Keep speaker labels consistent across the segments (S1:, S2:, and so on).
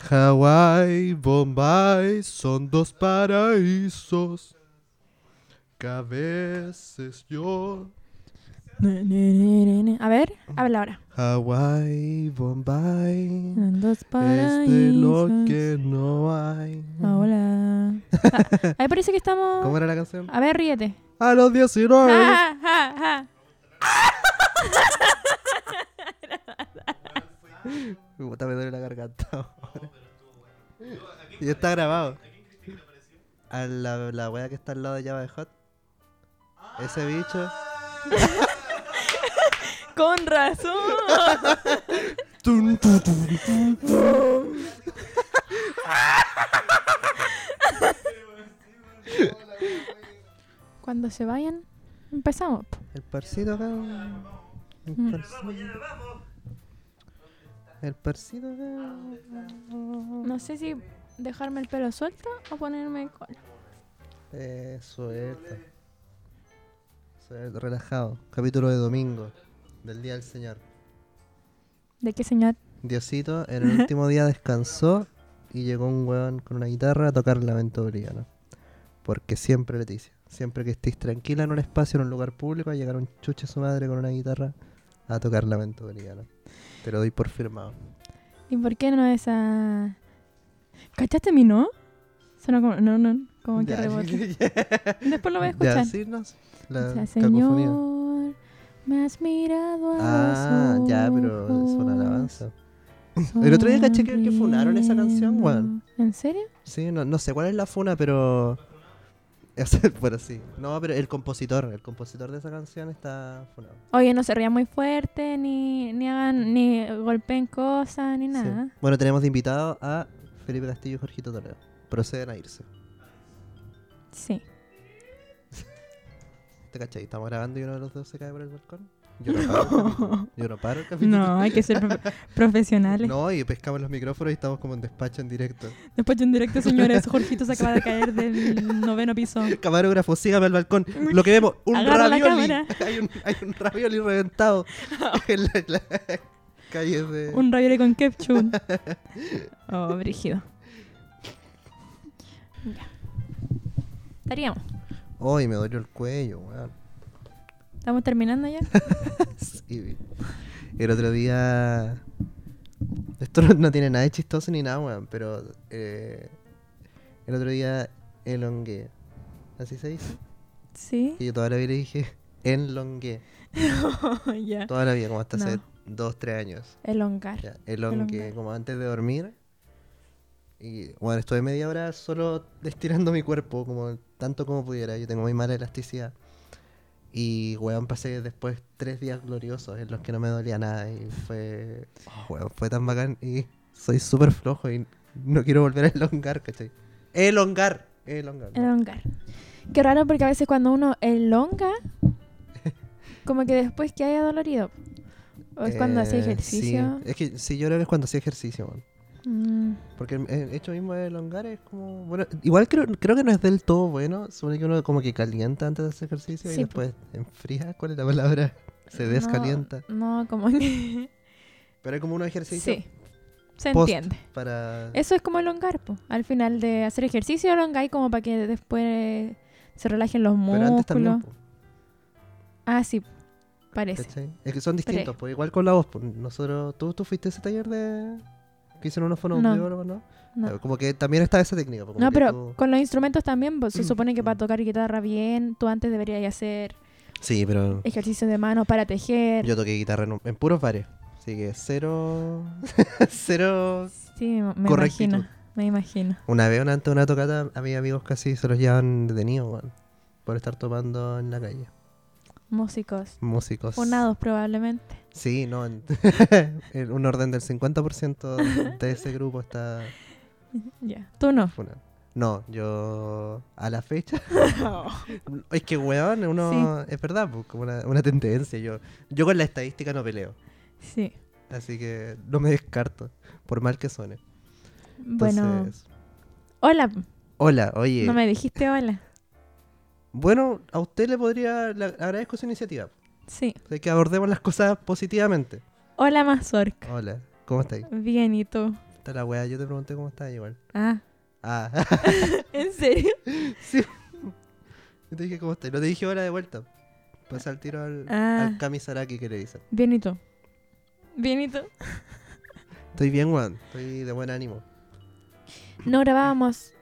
S1: Hawái, Bombay son dos paraísos que a veces yo.
S2: A ver,
S1: Mm.
S2: habla ahora.
S1: Hawái, Bombay,
S2: Dos
S1: es de Mm. Este, lo
S2: paraísos.
S1: que no hay.
S2: Hola. Ahí parece que estamos.
S1: ¿Cómo era la canción?
S2: A ver, ríete.
S1: A los 19.
S2: Ja, ja, ja.
S1: Puta, me duele la garganta. y está grabado. A la, la wea que está al lado de Java de Hot. Ese bicho.
S2: Con razón.
S1: Tun, tu, tun, tun, tun.
S2: Cuando se vayan, empezamos. po.
S1: El parcito acá. El
S2: Mm.
S1: parcito. El parcito acá.
S2: No sé si dejarme el pelo suelto o ponerme cola.
S1: Eh, suelto. Suelto, relajado. Capítulo de domingo. Del Día del Señor.
S2: ¿De qué señor?
S1: Diosito en el último día descansó y llegó un weón con una guitarra a tocar Lamento Boliviano. Porque siempre, Leticia, siempre que estéis tranquila en un espacio, en un lugar público, va a llegar un chuche su madre con una guitarra a tocar Lamento Boliviano. Te lo doy por firmado.
S2: ¿Y por qué no esa.? ¿Cachaste mi no? Suena como. No, no. Como que
S1: Ya,
S2: Oh, rebote.
S1: ya,
S2: Después lo voy a
S1: ya,
S2: escuchar.
S1: sí, no sé, La
S2: Ya,
S1: cacofonía.
S2: señor, me has mirado a
S1: Ah,
S2: los
S1: ya, pero es una
S2: ojos,
S1: alabanza. El otro día caché que- que funaron esa canción, weón.
S2: sonriendo. ¿En serio?
S1: Sí, no, no sé cuál es la funa, pero. Bueno, sí. No, pero el compositor, el compositor de esa canción está funado.
S2: Oye, no se rían muy fuerte, ni, ni hagan, ni golpeen cosas, ni
S1: Sí.
S2: nada.
S1: Bueno, tenemos de invitado a Felipe Castillo y Jorgito Toledo. Proceden a irse.
S2: Sí.
S1: ¿Te cachai? Estamos grabando y uno de los dos se cae por el balcón. Yo no paro, el capítulo. Yo no paro el capítulo.
S2: No, hay que ser profe- profesionales.
S1: No, y pescamos los micrófonos y estamos como en despacho en directo.
S2: Después de un directo, señores, Jorgito se acaba de caer del noveno piso.
S1: Camarógrafo, sígame al balcón. Lo que vemos, un
S2: Agarra la
S1: ravioli.
S2: cámara.
S1: hay, un, hay un ravioli reventado en la, en la calle de.
S2: Un ravioli con ketchup. Oh, brígido. Ya. Estaríamos.
S1: Ay, me dolió el cuello, weón.
S2: ¿Estamos terminando ya?
S1: Sí. El otro día. Esto no, no tiene nada de chistoso ni nada, weón, pero. eh, el otro día elongué. ¿Así se dice?
S2: Sí.
S1: Y yo toda la vida le dije enlongué.
S2: ya.
S1: Toda la vida, como hasta hace
S2: No.
S1: dos, tres años.
S2: Elongar.
S1: Ya, elongué,
S2: Elongar.
S1: como antes de dormir. Y bueno, estuve media hora solo estirando mi cuerpo, como tanto como pudiera. Yo tengo muy mala elasticidad. Y weón, pasé después tres días gloriosos en los que no me dolía nada. Y fue. oh, weón, fue tan bacán. Y soy súper flojo y no quiero volver a elongar, ¿cachai? Elongar. Elongar. ¿no?
S2: Elongar. Qué raro porque a veces cuando uno elonga, como que después que haya dolorido. O es cuando hace
S1: Eh, sí.
S2: ejercicio.
S1: Es que sí, yo creo que es cuando hacía ejercicio, weón.
S2: Mm,
S1: Porque el, el hecho mismo de elongar es como. Bueno, igual creo, creo que no es del todo bueno. Supone que uno como que calienta antes de hacer ejercicio y
S2: Sí, po.
S1: después enfría. ¿Cuál es la palabra? Se
S2: no-
S1: descalienta.
S2: No, como que.
S1: Pero es como un
S2: Sí.
S1: ejercicio
S2: Se
S1: post
S2: entiende.
S1: para.
S2: Eso es como elongar, po. Al final de hacer ejercicio, elongáis como para que después se relajen los
S1: Pero
S2: músculos.
S1: antes también. po,
S2: ah, sí. Parece.
S1: ¿cachai? Es que son distintos. Pues igual con la voz. po. Nosotros. ¿tú, tú fuiste a ese taller de. que hicieron unos fonoaudiólogos, no.
S2: No.
S1: Ya, Como que también está esa técnica. po, como
S2: No,
S1: que
S2: pero
S1: tú- Mm.
S2: con los instrumentos también, pues, se supone que para tocar guitarra bien, tú antes deberías hacer
S1: Sí, pero.
S2: ejercicios de manos para tejer.
S1: Yo toqué guitarra en, un- en puros bares. Así que cero. cero
S2: Sí, me me
S1: Correctitud.
S2: imagino. Me imagino.
S1: Una vez antes de una tocata, a mis amigos casi se los llevan detenidos, weón. Por estar tomando en la calle.
S2: Músicos.
S1: Músicos.
S2: Funados probablemente.
S1: Sí, no. en- en un orden del 50% de ese grupo está
S2: Ya. Tú no.
S1: funado. No, yo. A la fecha. Es que, weón, uno. Es verdad, pues, como una, una tendencia. Yo, yo con la estadística no peleo.
S2: Sí.
S1: Así que no me descarto. Por mal que suene.
S2: Bueno.
S1: Entonces,
S2: Hola.
S1: Hola, oye.
S2: No me dijiste hola.
S1: Bueno, a usted le podría. Le agradezco su iniciativa.
S2: Sí.
S1: De que abordemos las cosas positivamente.
S2: Hola, Mazorca.
S1: Hola, ¿cómo estáis?
S2: Bien, ¿y tú?
S1: está la weá? Yo te pregunté cómo estás igual.
S2: Ah,
S1: Ah,
S2: ¿en serio?
S1: sí. Yo te dije cómo estás. No te dije hola de vuelta. Pasa el tiro al,
S2: Ah.
S1: al Kamisaraki que le dicen.
S2: Bien y tú. Bien y tú.
S1: Estoy bien, weón. Estoy de buen ánimo.
S2: No grabábamos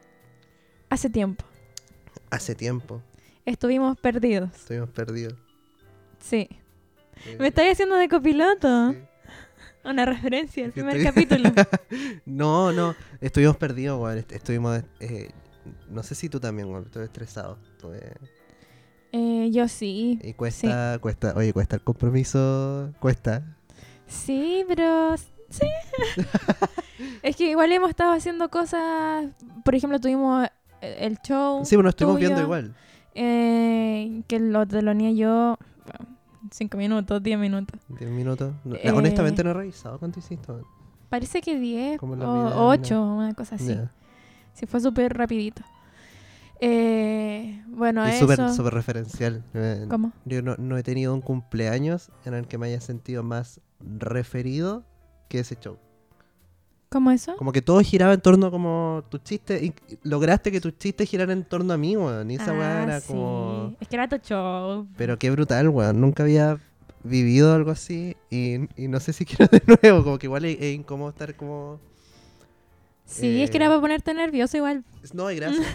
S2: hace tiempo.
S1: Hace tiempo
S2: Estuvimos perdidos.
S1: estuvimos perdidos.
S2: Sí.
S1: Eh,
S2: Me estáis haciendo de copiloto.
S1: sí.
S2: Una referencia al
S1: Es que
S2: primer
S1: estoy-
S2: capítulo.
S1: No, no. Estuvimos perdidos, weón. Est- Estuvimos. eh, no sé si tú también, weón. Estuve estresado. Estuve-
S2: Eh, yo sí.
S1: Y cuesta, cuesta. Oye, cuesta el compromiso. Cuesta.
S2: Sí, pero... Sí. es que igual hemos estado haciendo cosas... Por ejemplo, tuvimos eh, el show.
S1: Sí, bueno, estuvimos
S2: tuyo.
S1: viendo igual.
S2: eh, que lo telonía yo... bueno, cinco minutos, diez minutos.
S1: 10 minutos. No-
S2: Eh.
S1: Honestamente no he revisado cuánto hiciste. weón.
S2: Parece que diez
S1: Como la vida,
S2: o
S1: ¿no?
S2: ocho, una cosa así.
S1: Ya.
S2: Se fue súper rapidito. Eh, bueno,
S1: y
S2: eso...
S1: súper súper referencial. Eh,
S2: ¿Cómo?
S1: Yo no, no he tenido un cumpleaños en el que me haya sentido más referido que ese show.
S2: ¿Cómo eso?
S1: Como que todo giraba en torno a como tus chistes. Y y lograste que tus chistes giraran en torno a mí, weón. Y esa weá
S2: Ah,
S1: era
S2: sí.
S1: como...
S2: Es que era tu show.
S1: Pero qué brutal, weón. Nunca había vivido algo así. Y, y no sé si quiero de nuevo. Como que igual es, es incómodo estar como...
S2: Sí, es que
S1: Eh,
S2: era para ponerte nervioso igual.
S1: No, y gracias.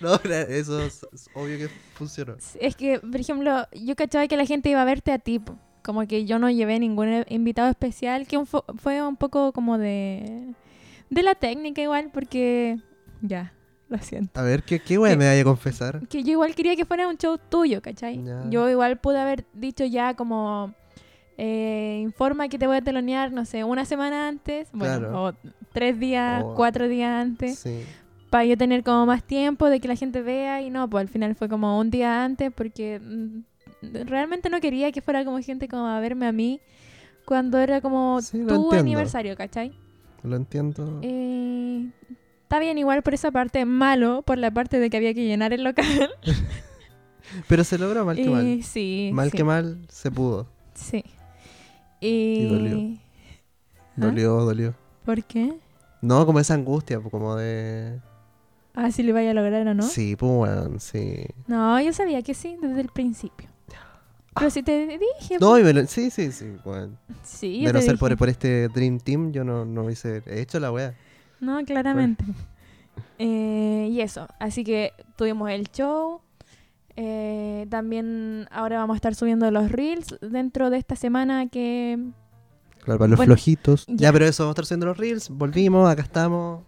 S1: no, gra- eso es, es obvio que funcionó.
S2: Es que, por ejemplo, yo cachaba que la gente iba a verte a ti. po. Como que yo no llevé ningún e- invitado especial, que un fo- fue un poco como de... De la técnica igual, porque... Ya, lo siento.
S1: A ver, ¿qué, qué weá
S2: ¿Qué?
S1: me vaya a confesar?
S2: Que yo igual quería que fuera un show tuyo, ¿cachai?
S1: Ya.
S2: Yo igual pude haber dicho ya como... eh, informa que te voy a telonear, no sé, una semana antes, bueno,
S1: Claro.
S2: o tres días,
S1: O-
S2: cuatro días antes,
S1: Sí.
S2: para yo tener como más tiempo de que la gente vea y no, pues al final fue como un día antes porque mm, realmente no quería que fuera como gente como a verme a mí cuando era como
S1: Sí, lo
S2: tu
S1: entiendo.
S2: aniversario, ¿cachai?
S1: Lo entiendo.
S2: Eh, está bien igual por esa parte, malo por la parte de que había que llenar el local.
S1: Pero se logró mal que mal.
S2: Y eh, sí,
S1: Mal
S2: sí,
S1: que mal, se pudo.
S2: Sí.
S1: Y dolió.
S2: Y... ¿Ah?
S1: Dolió, dolió.
S2: ¿Por qué?
S1: No, como esa angustia, po, como de...
S2: Ah, si lo iba a lograr o no.
S1: Sí, pues, weón, sí.
S2: No, yo sabía que sí desde el principio. Pero si te dije... pues,
S1: No, y me lo- sí, sí, sí, weón.
S2: sí, yo
S1: De no
S2: te
S1: ser por,
S2: dije.
S1: por este Dream Team, yo no, no hubiese hecho la weá.
S2: No, claramente. Eh, y eso, así que tuvimos el show. Eh, también ahora vamos a estar subiendo los reels dentro de esta semana que...
S1: Claro, para los
S2: Bueno,
S1: flojitos. Ya.
S2: ya.
S1: pero eso, vamos a estar haciendo los reels. Volvimos, acá estamos.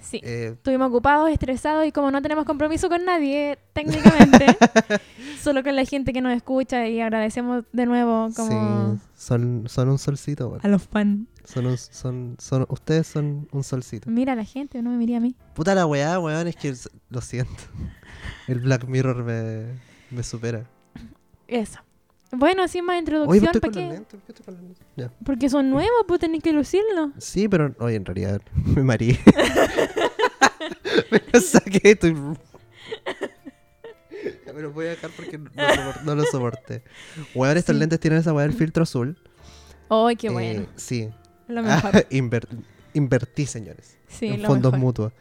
S2: Sí,
S1: Eh,
S2: estuvimos ocupados, estresados y como no tenemos compromiso con nadie, técnicamente, solo con la gente que nos escucha y agradecemos de nuevo como
S1: Sí, son, son un solcito, weón.
S2: a los fans.
S1: Son, un- son, son, ustedes son un solcito.
S2: Mira a la gente, no me mira a mí.
S1: Puta la weá, weón, es que s- lo siento. El Black Mirror me, me supera.
S2: Eso. Bueno, sin más
S1: Oye,
S2: introducción,
S1: ¿por qué estoy con
S2: ¿para
S1: los
S2: qué?
S1: lentes? ¿Por qué estoy con los lentes? Ya.
S2: Porque son nuevos, pues tenés que lucirlo.
S1: Sí, pero oye, en realidad me mareé. me lo saqué, estoy. Ya me los voy a dejar porque no, sopor- no lo soporté. Weón, estos
S2: Sí.
S1: lentes tienen esa weá del filtro azul.
S2: ¡Ay, qué
S1: Eh, Ah.
S2: bueno!
S1: Sí.
S2: Lo mejor.
S1: Inver- invertí, señores.
S2: Sí,
S1: en
S2: lo
S1: fondos
S2: mejor.
S1: mutuos.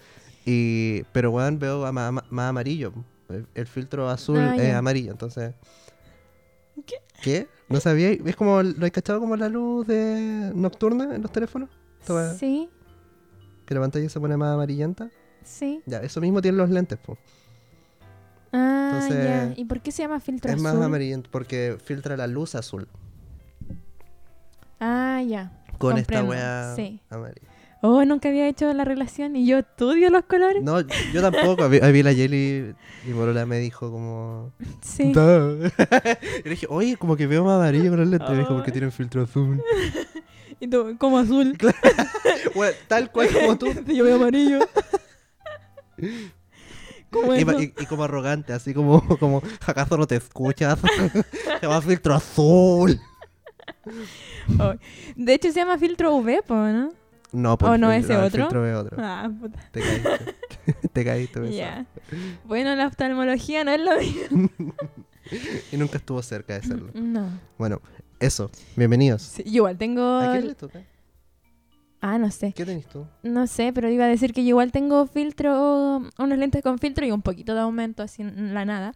S1: Y, pero weón, veo a ma- ma- más, amarillo. El, el filtro azul
S2: Ah,
S1: es
S2: ya.
S1: amarillo, entonces.
S2: ¿Qué?
S1: ¿Qué? ¿No sabía? ¿Es como, lo he cachado como la luz de nocturna en los teléfonos? Esta weá.
S2: Sí,
S1: que la pantalla se pone más amarillenta.
S2: sí.
S1: Ya, eso mismo tienen los lentes, po.
S2: Ah,
S1: Entonces,
S2: ya. ¿Y por qué se llama filtro
S1: Es más
S2: azul?
S1: amarillento porque filtra la luz azul
S2: Ah, ya.
S1: con esta
S2: Comprendo,
S1: weá
S2: sí.
S1: amarilla.
S2: Oh, nunca había hecho la relación y yo estudio los colores.
S1: No, yo tampoco. vi, vi la Jelly y Morola me dijo como...
S2: Sí.
S1: Mm, "Da". y le dije, oye, como que veo más amarillo con los lentes. Y me dijo,
S2: Oh.
S1: porque tienen filtro azul.
S2: Y tú, como azul.
S1: Bueno, tal cual como tú.
S2: yo veo amarillo. ¿Cómo
S1: Y,
S2: eso?
S1: y- y como arrogante, así como, como ¿acaso no te escuchas? Se va filtro azul.
S2: De hecho, se llama filtro UV, po, ¿no?
S1: No, pues
S2: ¿O Oh, no
S1: el filtro,
S2: ese
S1: el
S2: otro?
S1: filtro es otro.
S2: Ah, puta.
S1: Te caíste. te caíste.
S2: Ya.
S1: besado.
S2: Bueno, la oftalmología no es lo mismo.
S1: Y nunca estuvo cerca de hacerlo.
S2: No.
S1: Bueno, eso. Bienvenidos.
S2: Sí, yo igual tengo.
S1: ¿A quién le toca?
S2: Ah, no sé.
S1: ¿Qué tenés tú?
S2: No sé, pero iba a decir que yo igual tengo filtro, unos lentes con filtro y un poquito de aumento, así en la nada.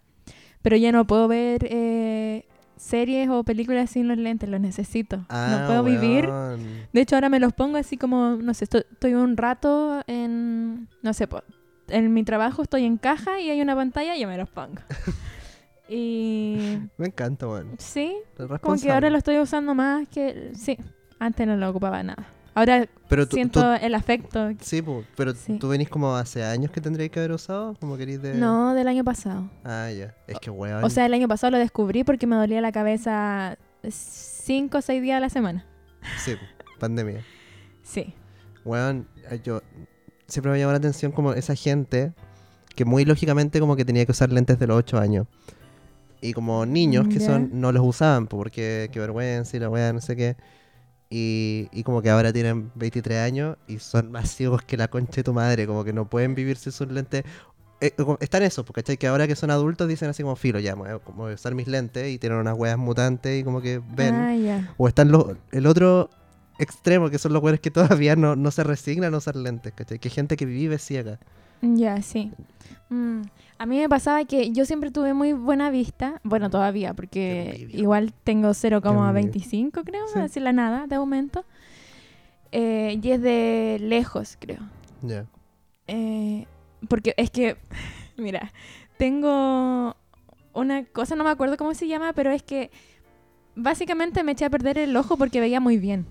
S2: Pero ya no puedo ver eh, series o películas sin los lentes, los necesito. no puedo vivir.
S1: Ah, weón.
S2: De hecho, ahora me los pongo así como, no sé, estoy, estoy un rato en, no sé, po- en mi trabajo estoy en caja y hay una pantalla y yo me los pongo. y
S1: Me encanta, weón.
S2: sí, como
S1: Responsable.
S2: que ahora lo estoy usando más que, sí, antes no lo ocupaba nada. Ahora
S1: Pero tú,
S2: siento
S1: tú-
S2: el afecto.
S1: sí, po, pero
S2: Sí.
S1: tú venís como hace años que tendrías que haber usado, como querís de...
S2: No, del año pasado.
S1: Ah, ya. Es que, weón.
S2: O sea, el año pasado lo descubrí porque me dolía la cabeza cinco o seis días a la semana.
S1: Sí, po, pandemia.
S2: Sí.
S1: Weón, eh, yo siempre me llamó la atención como esa gente que muy lógicamente como que tenía que usar lentes de los 8 años. Y como niños que
S2: Ya.
S1: son, no los usaban po, porque qué vergüenza y la weá, no sé qué. Y, y como que ahora tienen 23 años y son más ciegos que la concha de tu madre, como que no pueden vivir sin sus lentes. Eh, como- están esos, porque que ahora que son adultos dicen así como filo, ya, me voy a- como voy a usar mis lentes y tienen unas weas mutantes y como que ven.
S2: Ah, ya.
S1: O están los, el otro extremo, que son los güeyes que todavía no, no se resignan a usar lentes, ¿cachai? Que hay gente que vive ciega.
S2: Ya, sí. Mm. A mí me pasaba que yo siempre tuve muy buena vista. Bueno, todavía,
S1: Qué
S2: porque
S1: envidia.
S2: igual tengo
S1: envidia.
S2: 0,25, creo,
S1: Sí.
S2: así la nada, de aumento. Eh, y es de lejos, creo.
S1: Ya.
S2: Eh, porque es que, mira, tengo una cosa, no me acuerdo cómo se llama, pero es que básicamente me eché a perder el ojo porque veía muy bien.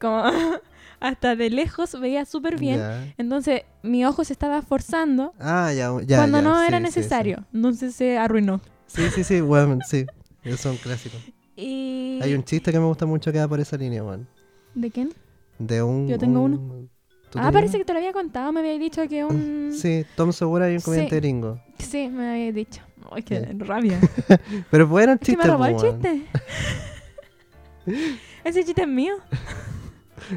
S2: Como hasta de lejos veía súper bien.
S1: Ya.
S2: Entonces mi ojo se estaba forzando
S1: Ah, ya, ya.
S2: cuando
S1: ya,
S2: no
S1: sí,
S2: era
S1: sí, sí.
S2: necesario. Entonces se arruinó.
S1: Sí, sí, sí, weón, sí. Es un clásico.
S2: Y...
S1: Hay un chiste que me gusta mucho que va por esa línea, weón.
S2: ¿De quién?
S1: De un.
S2: Yo tengo
S1: un- ¿Tú
S2: Ah,
S1: tenías
S2: parece
S1: uno?
S2: que te lo había contado, me había dicho que un...
S1: Sí, Tom Segura y un
S2: Sí.
S1: comediante gringo.
S2: Sí, me había dicho. Ay, qué
S1: Ya.
S2: rabia.
S1: Pero bueno, el
S2: Es que
S1: chiste.
S2: me robó el
S1: po, weón.
S2: chiste. Ese chiste es mío.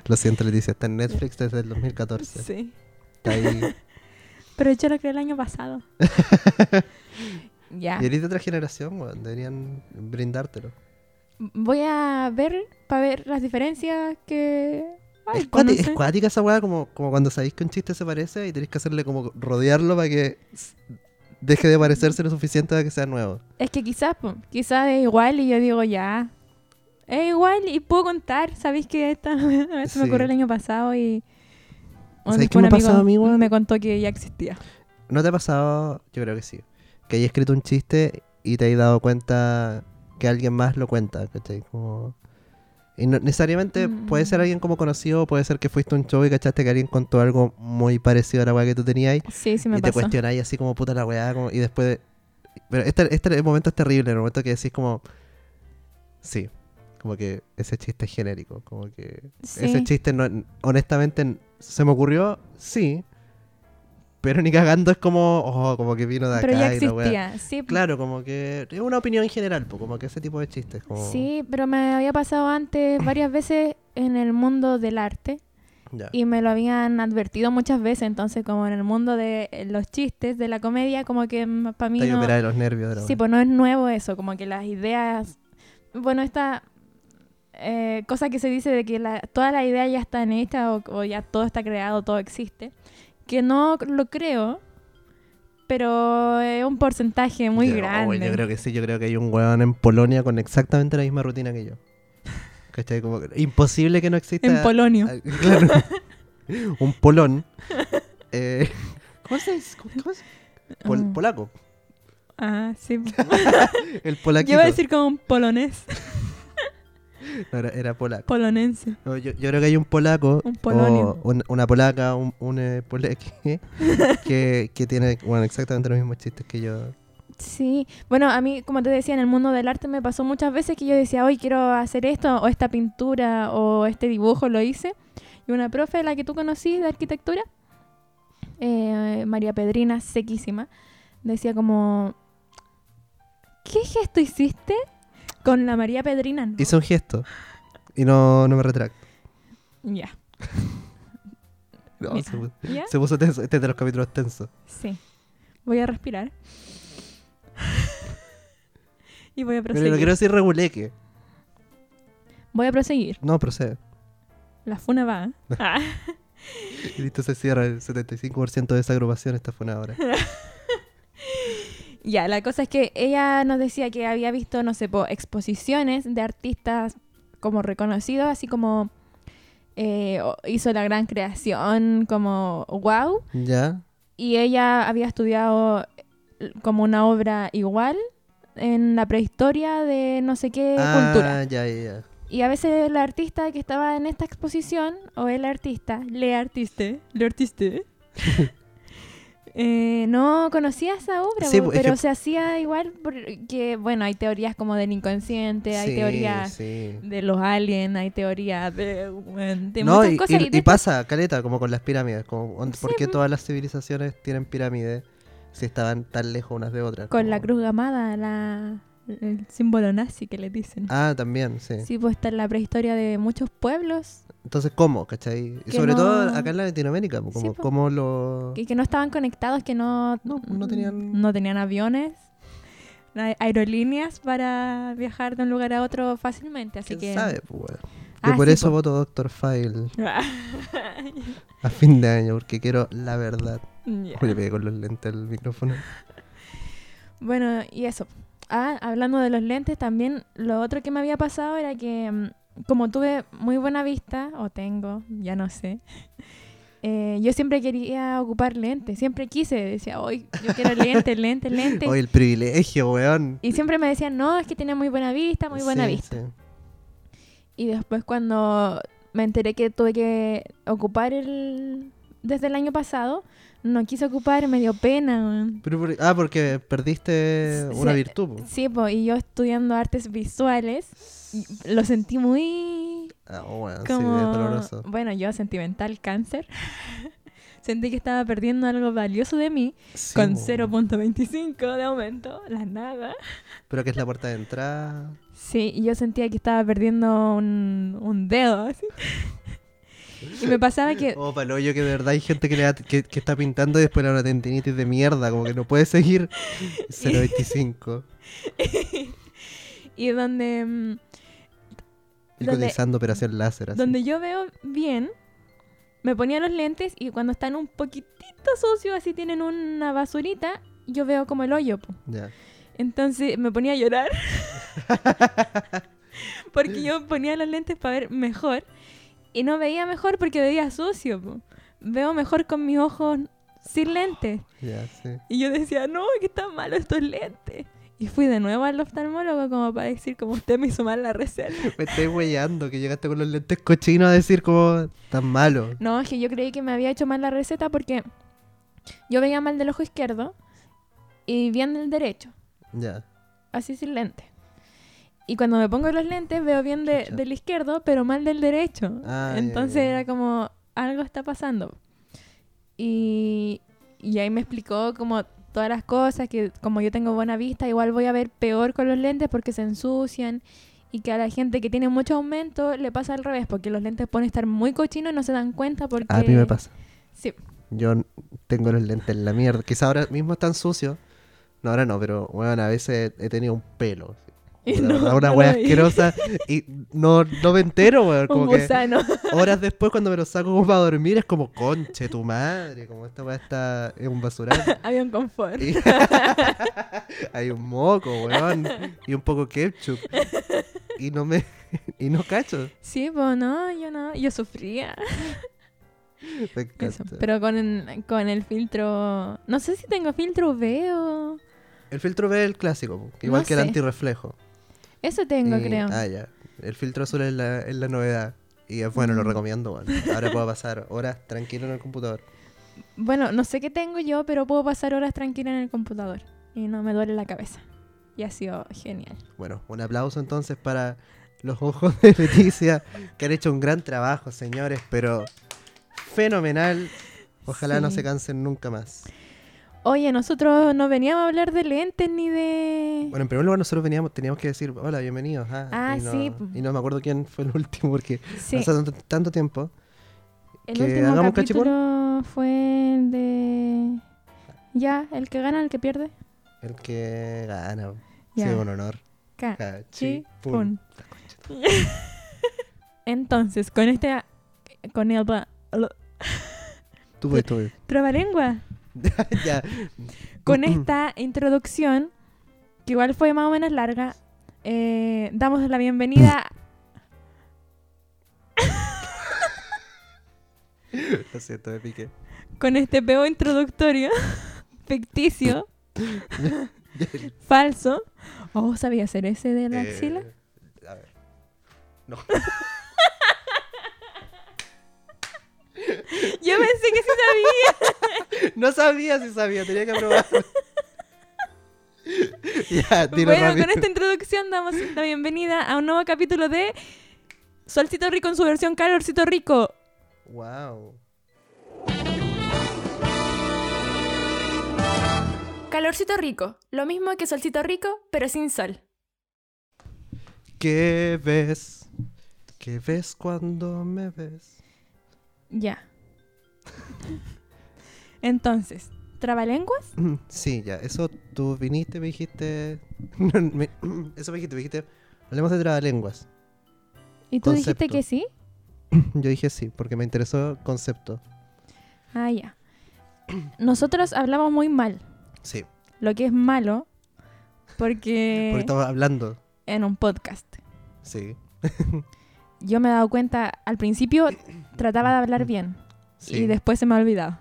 S1: Lo siento, Leticia, está en Netflix desde el 2014.
S2: Sí.
S1: Está ahí.
S2: Pero yo lo creé el año pasado. ya.
S1: Y eres de otra generación, weón. Deberían brindártelo.
S2: Voy a ver para ver las diferencias que. Ay,
S1: es, cuáti-
S2: no
S1: es
S2: sé.
S1: cuática esa weá, como, como cuando sabéis que un chiste se parece y tenéis que hacerle como rodearlo para que s- deje de parecerse lo suficiente para que sea nuevo.
S2: Es que quizás, po, quizás es igual y yo digo ya. Es igual y puedo contar. Sabéis que esta se
S1: Sí.
S2: me ocurrió el año pasado y.
S1: ¿Sabéis
S2: después
S1: qué me ha
S2: un amigo
S1: pasado a mí, weón?
S2: me contó que ya existía.
S1: ¿No te ha pasado, yo creo que sí, que hayas escrito un chiste y te hayas dado cuenta que alguien más lo cuenta? ¿cachai? Como... Y no, necesariamente puede ser
S2: Mm.
S1: alguien como conocido, o puede ser que fuiste a un show y cachaste que alguien contó algo muy parecido a la weá que tú tenías
S2: Sí, sí me
S1: y te
S2: pasó.
S1: cuestionáis así como puta la weá, como- y después... de- Pero este, este momento es terrible, el momento que decís como... Sí, como que ese chiste es genérico, como que...
S2: Sí.
S1: Ese chiste, no, honestamente, n- se me ocurrió, sí, pero ni cagando es como... Oh, como que vino de acá
S2: Pero ya
S1: y la weá.
S2: existía. Sí, pues, po.
S1: Claro, como que es una opinión general, po, como que ese tipo de chistes. Como,
S2: Sí, pero me había pasado antes varias veces en el mundo del arte
S1: ya.
S2: y me lo habían advertido muchas veces, entonces como en el mundo de eh, los chistes, de la comedia, como que para mí
S1: Te hay que
S2: no,
S1: operar de los nervios de la
S2: sí,
S1: weá.
S2: pues no es nuevo eso, como que las ideas, bueno, esta eh, cosa que se dice de que la, toda la idea ya está en esta o, o ya todo está creado, todo existe, que no lo creo, pero es un porcentaje muy
S1: Yo- oh,
S2: grande.
S1: yo creo que sí, yo creo que hay un weón en Polonia con exactamente la misma rutina que yo. ¿Cachai? Como que imposible que no exista.
S2: En Polonio.
S1: Ah, claro. un polón. Eh, ¿Cómo se dice? ¿Cómo- cómo se- Pol-
S2: Mm.
S1: Polaco.
S2: Ah, sí.
S1: El polaquito.
S2: Yo iba a decir como un polonés,
S1: No, era, era polaco.
S2: polonense.
S1: No, yo, yo creo que hay un polaco.
S2: Un polonio.
S1: o un- una polaca, un, un eh, poleque. que, que tiene bueno, exactamente los mismos chistes que yo.
S2: Sí, bueno, a mí, como te decía, en el mundo del arte me pasó muchas veces que yo decía, hoy quiero hacer esto, o esta pintura, o este dibujo, lo hice. Y una profe, la que tú conocí de arquitectura, eh, María Pedrina, sequísima, decía como, ¿qué gesto hiciste con la María Pedrina? No.
S1: Hice un gesto. Y no, no me retracto.
S2: Ya,
S1: No,
S2: Mira.
S1: se, puso,
S2: ya,
S1: se puso tenso. Este es de los capítulos tensos.
S2: sí. Voy a respirar. y voy a
S1: Pero no
S2: proseguir.
S1: quiero decir reguleque.
S2: Voy a proseguir.
S1: No, procede.
S2: La funa va. Ah,
S1: Y listo, se cierra el 75% de esa agrupación está fue ahora.
S2: ya, la cosa es que ella nos decía que había visto, no sé, po, exposiciones de artistas como reconocidos, así como eh, o- hizo la gran creación, como wow.
S1: ¿Ya?
S2: Y ella había estudiado eh, como una obra igual en la prehistoria de no sé qué
S1: ah,
S2: cultura.
S1: ya, ya, ya.
S2: Y a veces el artista que estaba en esta exposición, o el artista, le artiste, le artiste, eh, no conocía esa obra,
S1: Sí,
S2: po,
S1: pues, es
S2: pero
S1: que-
S2: se hacía igual porque, bueno, hay teorías como del inconsciente, hay
S1: sí,
S2: teorías
S1: sí.
S2: de los aliens, hay teorías de, bueno, de
S1: No,
S2: muchas
S1: y,
S2: cosas.
S1: y-
S2: y de
S1: y pasa, caleta, como con las pirámides. Como, on- ¿Por
S2: Sí,
S1: qué
S2: mm.
S1: todas las civilizaciones tienen pirámides si estaban tan lejos unas de otras?
S2: Con
S1: Como-
S2: la cruz gamada, la, el símbolo nazi que le dicen.
S1: Ah, también, sí.
S2: Sí, pues está en la prehistoria de muchos pueblos
S1: Entonces, ¿cómo? ¿Cachai? Y
S2: Que
S1: sobre todo
S2: no-
S1: acá en Latinoamérica, como,
S2: Sí, po.
S1: como lo...
S2: que, que no estaban conectados, que no,
S1: No, no tenían-
S2: no tenían aviones, no hay aerolíneas para viajar de un lugar a otro fácilmente. Así
S1: ¿Quién
S2: que...
S1: sabe? Pues, weón. Yo
S2: Ah,
S1: por
S2: sí,
S1: eso
S2: po.
S1: voto Doctor File a fin de año, porque quiero la verdad.
S2: Ya.
S1: Uy, Le pegué con los lentes al micrófono.
S2: Bueno, y eso. Ah, hablando de los lentes, también lo otro que me había pasado era que mm, como tuve muy buena vista, o tengo, ya no sé, eh, yo siempre quería ocupar lentes, siempre quise, decía, hoy yo quiero lentes, lentes, lentes.
S1: Oye, el privilegio, weón.
S2: Y siempre me decían, no, es que tiene muy buena vista, muy buena
S1: Sí,
S2: vista.
S1: sí.
S2: Y después cuando me enteré que tuve que ocupar el... Desde el año pasado, no quise ocupar, me dio pena. weón.
S1: Pero por- ah, porque perdiste
S2: Sí.
S1: una virtud. po.
S2: Sí, po, y yo estudiando artes visuales, y lo sentí muy
S1: Ah, bueno,
S2: como...
S1: sí, es doloroso.
S2: bueno, yo sentimental cáncer. sentí que estaba perdiendo algo valioso de mí
S1: Sí,
S2: con
S1: po.
S2: 0.25 de aumento, la nada.
S1: Pero que es la puerta de entrada.
S2: Sí, y yo sentía que estaba perdiendo un, un dedo, así. y me pasaba que
S1: Oh, palo, yo que de verdad hay gente que, le da- que, que está pintando y después le da una tendinitis de mierda, como que no puede seguir 0.25.
S2: y donde mm,
S1: Y
S2: Donde-
S1: cotizando operación láser. Así.
S2: donde yo veo bien me ponía los lentes y cuando están un poquitito sucios así tienen una basurita yo veo como el hoyo po.
S1: Ya.
S2: entonces me ponía a llorar porque yo ponía los lentes para ver mejor y no veía mejor porque veía sucio po. veo mejor con mis ojos sin lentes
S1: Ya, sí.
S2: y yo decía, no, que están malos estos lentes. Y fui de nuevo al oftalmólogo como para decir, como usted me hizo mal la receta.
S1: Me estoy weyando que llegaste con los lentes cochinos a decir como tan malo.
S2: No, es que yo creí que me había hecho mal la receta porque yo veía mal del ojo izquierdo y bien del derecho,
S1: Ya.
S2: así sin lentes. Y cuando me pongo los lentes veo bien de-
S1: Chucha.
S2: del izquierdo, pero mal del derecho.
S1: Ah, ya,
S2: Entonces
S1: ya, ya.
S2: era como, algo está pasando. Y, y ahí me explicó como todas las cosas, que como yo tengo buena vista, igual voy a ver peor con los lentes porque se ensucian. Y que a la gente que tiene mucho aumento le pasa al revés, porque los lentes pueden estar muy cochinos y no se dan cuenta porque...
S1: A mí me pasa.
S2: Sí,
S1: Yo n- tengo los lentes en la mierda. Quizá ahora mismo están sucios. No, ahora no, pero bueno, a veces he tenido un pelo.
S2: Y
S1: Puta,
S2: no,
S1: verdad,
S2: no
S1: una
S2: lo
S1: wea
S2: vi.
S1: asquerosa. Y no, no me entero, weón.
S2: un
S1: Como que
S2: gusano.
S1: horas después cuando me lo saco como para dormir es como, conche tu madre, como esta weá está en un basural.
S2: Había un confort.
S1: Y- Hay un moco, weón. Y un poco ketchup. Y no me. Y no cacho.
S2: Sí, pues no, yo no, yo sufría.
S1: Me
S2: Eso,
S1: encanta.
S2: Pero con, con el filtro... No sé si tengo filtro UV o...
S1: El filtro B es el clásico, po, igual
S2: No
S1: que el
S2: sé.
S1: antirreflejo.
S2: Eso tengo,
S1: Y-
S2: creo.
S1: Ah, ya. El filtro azul es la, es la novedad. Y es bueno, lo
S2: Mm.
S1: recomiendo, bueno. Ahora puedo pasar horas tranquilo en el computador.
S2: Bueno, no sé qué tengo yo, pero puedo pasar horas tranquila en el computador y no me duele la cabeza. Y ha sido genial.
S1: Bueno, un aplauso entonces para los ojos de Leticia, que han hecho un gran trabajo, señores, pero fenomenal. Ojalá no
S2: Sí.
S1: se cansen nunca más.
S2: Oye, nosotros no veníamos a hablar de lentes ni de...
S1: Bueno, en primer lugar, nosotros veníamos, teníamos que decir, hola, bienvenidos. Ah,
S2: Ah,
S1: y no,
S2: sí, po.
S1: Y no me acuerdo quién fue el último, porque
S2: sí,
S1: hace tanto, tanto tiempo.
S2: el
S1: que
S2: último
S1: hagamos
S2: capítulo fue el de... Ya, el que gana, el que pierde.
S1: El que gana.
S2: Ya.
S1: Sí, un honor.
S2: Ca-
S1: Cachipún.
S2: Entonces, con este con Elba.
S1: Tú puedes, tú puedes.
S2: Trabalengua.
S1: ya.
S2: Con esta introducción, que igual fue más o menos larga, eh, damos la bienvenida.
S1: Lo siento, me piqué.
S2: con este peo introductorio ficticio, falso. Oh, ¿sabía hacer ese
S1: Este,
S2: de la axila?
S1: Eh, a ver. No.
S2: Yo pensé que sí sabía.
S1: No sabía si sabía, tenía que probar. ya, dilo
S2: bueno,
S1: rápido.
S2: con esta introducción damos la bienvenida a un nuevo capítulo de Solcito Rico en su versión Calorcito Rico. este-
S1: Wow.
S2: Calorcito Rico, lo mismo que Solcito Rico, pero sin sol.
S1: ¿Qué ves? ¿Qué ves cuando me ves?
S2: Ya. Entonces, ¿trabalenguas?
S1: Mm, Sí, ya, eso tú viniste, me dijiste. No, me- Eso me dijiste, me dijiste. Hablemos de trabalenguas.
S2: ¿Y tú dijiste
S1: Concepto.
S2: que sí?
S1: Yo dije sí, porque me interesó el concepto.
S2: Ah, ya. Nosotros hablamos muy mal,
S1: Sí,
S2: lo que es malo,
S1: porque
S2: porque
S1: estamos hablando.
S2: en un podcast.
S1: Sí.
S2: Yo me he dado cuenta, al principio trataba de hablar bien
S1: sí.
S2: y después se me ha olvidado.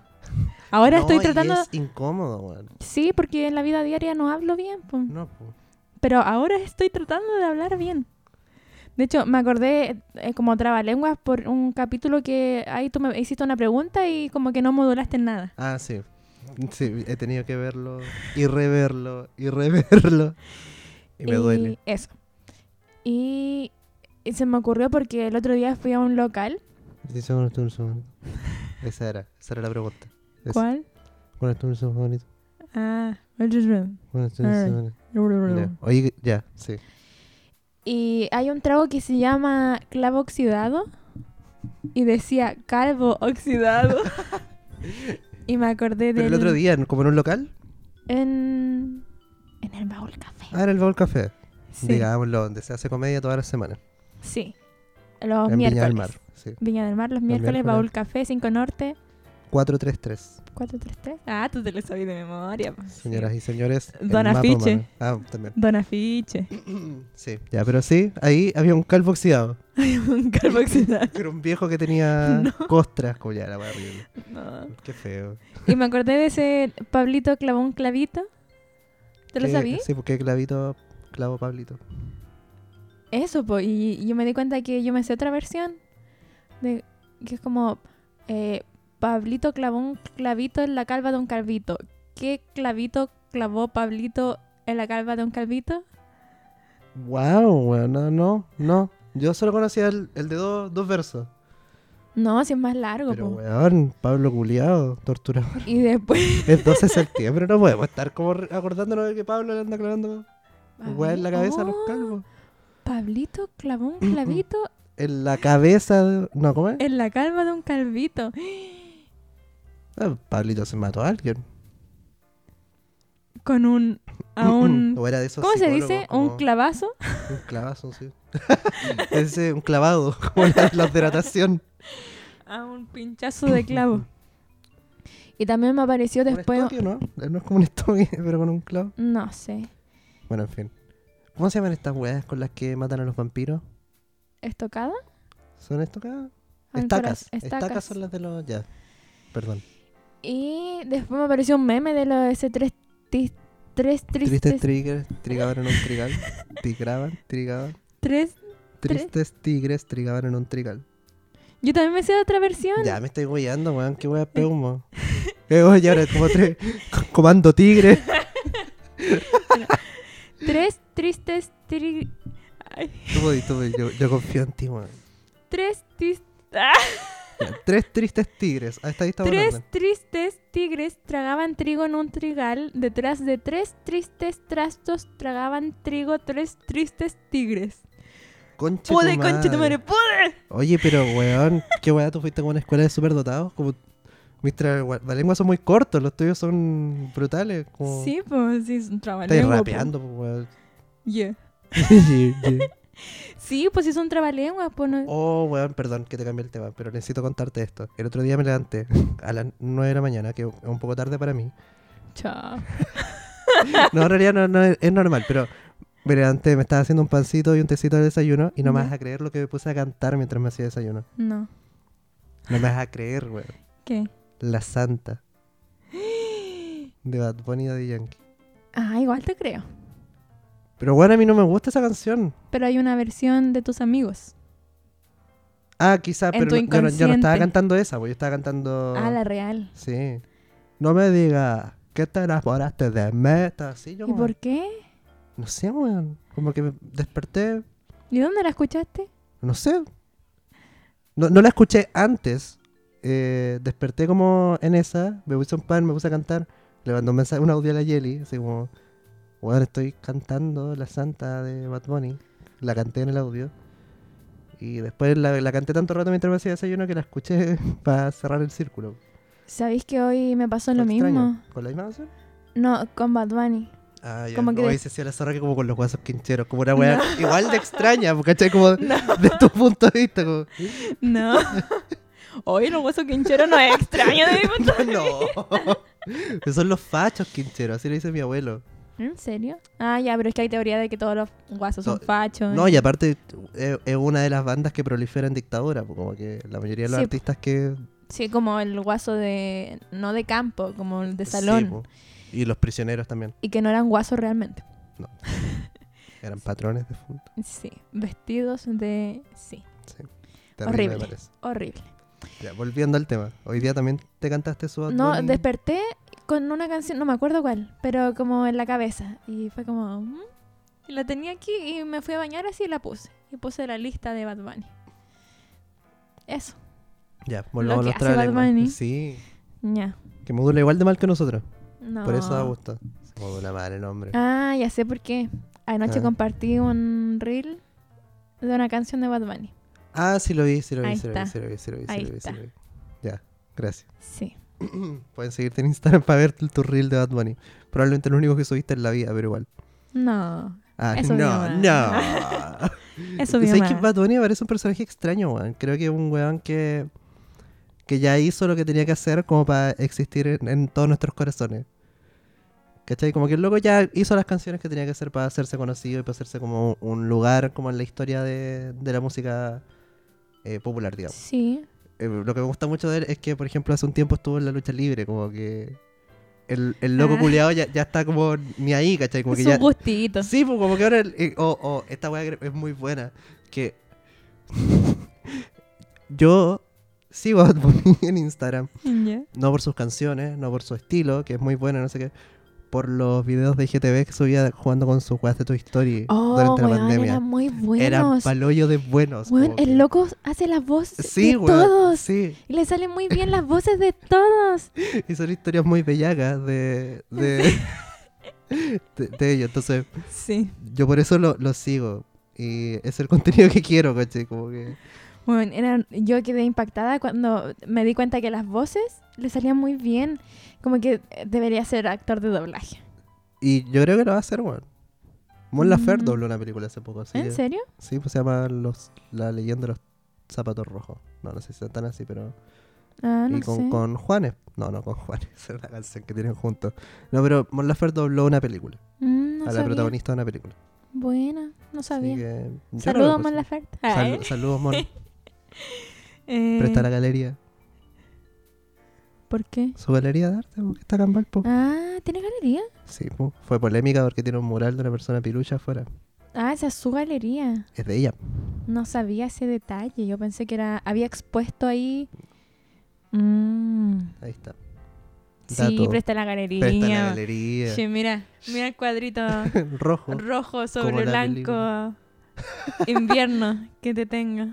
S2: Ahora
S1: No,
S2: estoy
S1: y
S2: tratando...
S1: es incómodo, weón.
S2: Sí, porque en la vida diaria no hablo bien, po.
S1: No, pues. po.
S2: pero ahora estoy tratando de hablar bien. De hecho, me acordé eh, como trabalenguas por un capítulo que ahí tú me hiciste una pregunta y como que no modulaste en nada.
S1: Ah, sí. Sí, he tenido que verlo y reverlo y reverlo. Y me duele.
S2: Eso. Y y se me ocurrió porque el otro día fui a un local.
S1: Dice, "Bueno, tú eres un bonito". Esa era, esa era la pregunta. Es,
S2: ¿Cuál?
S1: "Bueno, tú eres un bonito,
S2: Ah,
S1: bueno, tú eres un bonito". Ya. Oye, ya, sí.
S2: Y hay un trago que se llama clavo oxidado. Y decía calvo oxidado. y me acordé de.
S1: Pero el otro día, como en un local,
S2: En, en el baúl café.
S1: ah, era el Baúl Café.
S2: sí.
S1: Digámoslo, donde se hace comedia todas las semanas.
S2: sí. Los
S1: en
S2: miércoles.
S1: Viña del Mar. Sí.
S2: Viña del Mar, los miércoles,
S1: miércoles.
S2: baúl café, 5 norte,
S1: 433.
S2: 433. Ah, tú te lo sabías de memoria. pues.
S1: Señoras y señores. el
S2: Don
S1: mapa
S2: Afiche.
S1: humano. Ah, también.
S2: Don Afiche.
S1: Sí, ya, pero sí, ahí había un calvo oxidado.
S2: un carboxidado.
S1: Era un viejo que tenía costras, como ya era horrible.
S2: No.
S1: Qué feo.
S2: Y me acordé de ese Pablito clavó un clavito. ¿Te lo
S1: Qué-
S2: sabías?
S1: Sí, porque clavito, clavo Pablito.
S2: Eso, po. Y y yo me di cuenta que yo me sé otra versión. De, que es como... eh, Pablito clavó un clavito en la calva de un calvito. ¿Qué clavito clavó Pablito en la calva de un calvito?
S1: Wow, weón, no, no, no. Yo solo conocía el, el de dos- dos versos.
S2: No, si es más largo,
S1: Pero
S2: po.
S1: weón, Pablo Culeado, torturador.
S2: Y después...
S1: Es 12 de septiembre, no podemos estar como re- acordándonos de que Pablo le anda clavando weón en la cabeza a los
S2: Ah. Oh,
S1: calvos.
S2: Pablito clavó un clavito
S1: En la cabeza de... No, ¿cómo es?
S2: en la calva de un calvito.
S1: Ah, Pablito se mató a alguien.
S2: Con un... A un...
S1: O era de esos
S2: ¿Cómo se
S1: psicólogos
S2: dice?
S1: como-
S2: ¿Un clavazo?
S1: Un clavazo, sí. Ese, un clavado, como la, la de natación.
S2: A un pinchazo de clavo. Y también me apareció después...
S1: Un estoque, ¿no? No es como un estoque, pero con un clavo.
S2: No sé.
S1: Bueno, en fin. ¿Cómo se llaman estas weas con las que matan a los vampiros?
S2: ¿Estocada?
S1: ¿Son estocadas?
S2: Al
S1: Estacas.
S2: coraz-
S1: estacas.
S2: Ah, estacas.
S1: son las de los. Ya. Perdón.
S2: Y después me apareció un meme de los ese tres, tis- tres tristes...
S1: Tristes tigres trigaban en un trigal. Tigraban, trigaban.
S2: tres-
S1: Tristes tigres trigaban en un trigal.
S2: Yo también me sé otra versión.
S1: Ya me estoy weyando, weón. Qué wea peumo. Eh, oye, ahora como tres. Comando tigre.
S2: Tres tristes... Tri... Ay,
S1: Tú podí, tú podí, Yo, yo confío en ti, weón.
S2: tres tis- ah,
S1: Ya, Tres tristes tigres. Ahí está, ahí está.
S2: Tres tristes tigres tragaban trigo en un trigal. Detrás de tres tristes trastos tragaban trigo tres tristes tigres.
S1: Conche tu
S2: ¡Pude,
S1: madre.
S2: concha tu madre, pude!
S1: Oye, pero weón, qué weá, tú fuiste a una escuela de superdotados. Como mis lenguas son muy cortos, los tuyos son brutales. Como...
S2: Sí, pues sí, es un trabalenguas,
S1: Estás
S2: po.
S1: rapeando, pues, weón.
S2: Yeah.
S1: Yeah, yeah.
S2: Sí, pues sí son trabalenguas, pues no-
S1: Oh, weón, perdón que te cambié el tema, pero necesito contarte esto. El otro día me levanté a las 9 de la mañana, que es un poco tarde para mí.
S2: Chao.
S1: No, en realidad no, no, es es normal, pero me levanté, me estaba haciendo un pancito y un tecito de desayuno y no me
S2: Ya.
S1: vas a creer lo que me puse a cantar mientras me hacía desayuno.
S2: No.
S1: No me vas a creer, weón.
S2: ¿Qué?
S1: La Santa. De Bad Bunny y Daddy Yankee.
S2: Ah, igual te creo.
S1: Pero bueno, a mí no me gusta esa canción.
S2: Pero hay una versión de tus amigos.
S1: Ah, quizá,
S2: En
S1: pero
S2: tu
S1: no- yo no, yo no estaba
S2: inconsciente.
S1: cantando esa, pues yo estaba cantando...
S2: Ah, la real.
S1: Sí. No me digas que te enamoraste de meta. así yo
S2: ¿Y
S1: como-
S2: por qué?
S1: No sé, weón. Como que me desperté,
S2: ¿Y dónde la escuchaste?
S1: no sé. No, no la escuché antes. Eh, desperté como en esa, me puse un pan, me puse a cantar. Le mandó un mensaje, un audio a la Yeli, así como, weón, estoy cantando la santa de Bad Bunny. La canté en el audio. Y después la, la canté tanto rato mientras me hacía desayuno que la escuché para cerrar el círculo.
S2: ¿Sabéis que hoy me pasó
S1: Fue
S2: lo
S1: extraño.
S2: mismo?
S1: ¿Con la misma canción?
S2: No, con Bad Bunny.
S1: Ah, ya.
S2: Como
S1: Como
S2: que
S1: que
S2: de-
S1: dice así a la zorra que como con los guasos quincheros, como una weá igual de extraña, porque ¿cachai? Como de tu punto de vista, como,
S2: No. Oye, los huesos quincheros no es extraño de mi punto de vista.
S1: no. Son los fachos quincheros, así lo dice mi abuelo.
S2: ¿En serio? Ah, ya, pero es que hay teoría de que todos los guasos son
S1: No,
S2: fachos.
S1: No, y aparte es es una de las bandas que prolifera en dictadura, pues, como que la mayoría de los
S2: Sí, po.
S1: artistas que...
S2: Sí, como el guaso de. No de campo, como el de
S1: sí,
S2: salón.
S1: po. y los prisioneros también,
S2: y que no eran guasos realmente.
S1: eran patrones de fondo.
S2: Sí, vestidos de... Sí,
S1: Terrible, me
S2: Horrible.
S1: parece.
S2: horrible.
S1: Ya, volviendo al tema, hoy día también te cantaste su... Bad
S2: No,
S1: Bunny.
S2: desperté con una canción, no me acuerdo cuál, pero como en la cabeza. Y fue como... "Mm". Y la tenía aquí y me fui a bañar así y la puse. Y puse la lista de Bad Bunny. Eso,
S1: Ya, volvamos
S2: que
S1: a los
S2: hace Bad
S1: trabalenguas.
S2: Bunny.
S1: Sí,
S2: ya.
S1: que modula igual de mal que nosotros.
S2: No.
S1: Por eso da gusto. Se modula mal el hombre.
S2: Ah, ya sé por qué. Anoche
S1: Ah.
S2: compartí un reel de una canción de Bad Bunny.
S1: Ah, sí lo vi, sí lo vi,
S2: Ahí
S1: sí lo vi,
S2: está.
S1: sí lo vi, sí lo vi, sí
S2: Ahí
S1: lo vi, sí
S2: está.
S1: lo vi. Ya, gracias.
S2: Sí.
S1: Pueden seguirte en Instagram para ver tu, tu reel de Bad Bunny. Probablemente el único que subiste en la vida, pero igual.
S2: No.
S1: Ah,
S2: Eso vi
S1: no,
S2: nomás.
S1: no.
S2: Eso
S1: Y
S2: vi
S1: ¿Sabes que
S2: más.
S1: Bad Bunny me parece un personaje extraño, weón? Creo que es un weón que, que ya hizo lo que tenía que hacer como para existir en, en todos nuestros corazones. ¿Cachai? Como que el loco ya hizo las canciones que tenía que hacer para hacerse conocido y para hacerse como un lugar como en la historia de, de la música eh, popular, digamos.
S2: Sí.
S1: Eh, lo que me gusta mucho de él es que, por ejemplo, hace un tiempo estuvo en la lucha libre, como que el, el loco
S2: Ah.
S1: culeado ya, ya está como ni ahí, ¿cachai? Como que
S2: Su
S1: ya,
S2: gustito.
S1: Sí, pues como que ahora. el- eh, oh, oh, esta weá que es muy buena. Que. Yo sigo a Bad Bunny en Instagram.
S2: Ya.
S1: No por sus canciones, no por su estilo, que es muy bueno, no sé qué. Por los videos de IGTV que subía jugando con sus weas de Toy Story
S2: Oh,
S1: durante la
S2: weón,
S1: pandemia.
S2: eran muy
S1: Eran
S2: buenos.
S1: palollo de buenos.
S2: Weón,
S1: como que-
S2: el loco hace las voces
S1: Sí,
S2: de
S1: weón,
S2: todos.
S1: Sí.
S2: Y le salen muy bien las voces de todos.
S1: Y son historias muy bellacas de. de. de, de ello. Entonces,
S2: Sí.
S1: yo por eso lo, lo sigo. Y es el contenido que quiero, coche. Como que.
S2: Bueno, eran, yo quedé impactada cuando me di cuenta que las voces le salían muy bien. Como que eh, debería ser actor de doblaje.
S1: Y yo creo que lo va a hacer, weón. Mon Laferte
S2: Mm.
S1: dobló una película hace poco, así
S2: ¿En
S1: que-
S2: serio?
S1: Sí, pues se llama los, La leyenda de los zapatos rojos. No, no sé si están así, pero.
S2: Ah, no
S1: y con,
S2: sé.
S1: con Juanes. No, no, con Juanes. Esa es la canción que tienen juntos. No, pero Mon Laferte dobló una película.
S2: Mm, no
S1: a la
S2: sabía.
S1: protagonista de una película.
S2: Buena, no sabía.
S1: Así que. yo
S2: Saludos,
S1: no lo
S2: Mon
S1: puse.
S2: Laferte.
S1: Sal- saludos, Mon.
S2: Eh,
S1: Presta la galería.
S2: ¿Por qué?
S1: Su galería de arte, porque está acá en Valpo.
S2: Ah, ¿tiene galería?
S1: Sí, pues, fue polémica porque tiene un mural de una persona pilucha afuera.
S2: Ah, esa es su galería.
S1: Es de ella.
S2: No sabía ese detalle. Yo pensé que era. Había expuesto ahí. Mm.
S1: Ahí está.
S2: Sí,
S1: Dato.
S2: presta la galería.
S1: Presta la galería.
S2: Sí, mira, mira el cuadrito
S1: Rojo.
S2: rojo
S1: Como
S2: sobre
S1: la
S2: blanco. Invierno que te tengo.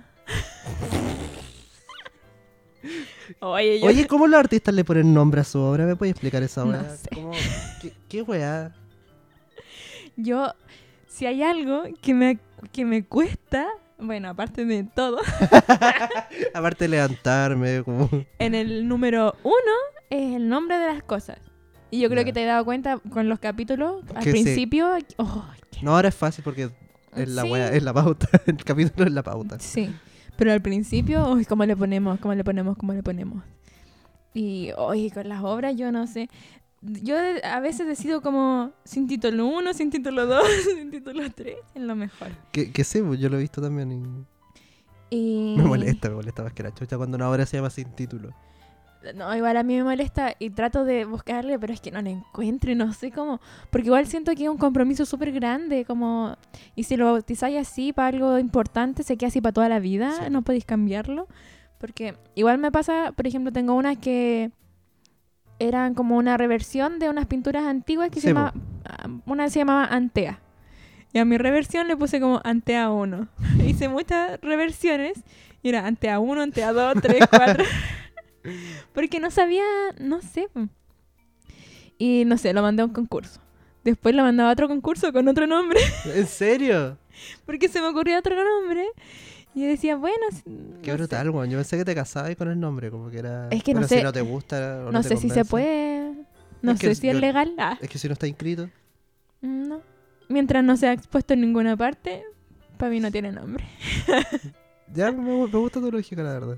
S2: Oye, yo.
S1: Oye, ¿cómo los artistas le ponen nombre a su obra? ¿Me puedes explicar esa
S2: No
S1: obra?
S2: sé.
S1: ¿Qué, qué weá?
S2: yo- si hay algo que me, que me cuesta. Bueno, aparte de todo,
S1: Aparte de levantarme, como...
S2: en el número uno es el nombre de las cosas. Y yo creo
S1: Ya.
S2: que te he dado cuenta con los capítulos al
S1: Que sí.
S2: principio. oh,
S1: No, ahora es fácil porque Es la
S2: Sí.
S1: wea, es la pauta. El capítulo es la pauta.
S2: Sí. Pero al principio, uy, ¿cómo le ponemos? ¿Cómo le ponemos? ¿Cómo le ponemos? Y hoy con las obras, yo no sé. Yo de- a veces decido como sin título 1, sin título 2, sin título 3, es lo mejor.
S1: Que, que sí, pues, yo lo he visto también y
S2: Y...
S1: me molesta, me molesta más que la chucha cuando una obra se llama sin título.
S2: No, igual a mí me molesta y trato de buscarle, pero es que no le encuentro y no sé cómo. Porque igual siento que es un compromiso súper grande, como... Y si lo bautizáis así para algo importante, se queda así para toda la vida,
S1: Sí.
S2: no podéis cambiarlo. Porque igual me pasa, por ejemplo, tengo unas que eran como una reversión de unas pinturas antiguas que se
S1: Sí, po.
S2: llama... ah, Una se llamaba Antea. Y a mi reversión le puse como Antea 1. Hice muchas reversiones y era Antea 1, Antea 2, 3, 4. Porque no sabía, no sé. po. Y no sé, lo mandé a un concurso. Después lo mandaba a otro concurso con otro nombre.
S1: ¿En serio?
S2: Porque se me ocurrió otro nombre. Y yo decía, bueno. si-
S1: Qué
S2: no sé.
S1: brutal, weón. Yo pensé que te casabas con el nombre, como que era.
S2: Es que no
S1: bueno,
S2: sé-
S1: Si no te gusta. o
S2: No,
S1: te
S2: sé si se
S1: convence.
S2: puede. No
S1: Es que
S2: sé si es
S1: yo-
S2: legal. Ah,
S1: Es que si no está inscrito.
S2: no. Mientras no sea expuesto en ninguna parte, para mí no tiene nombre.
S1: Ya me, gu- me gusta tu lógica, la verdad.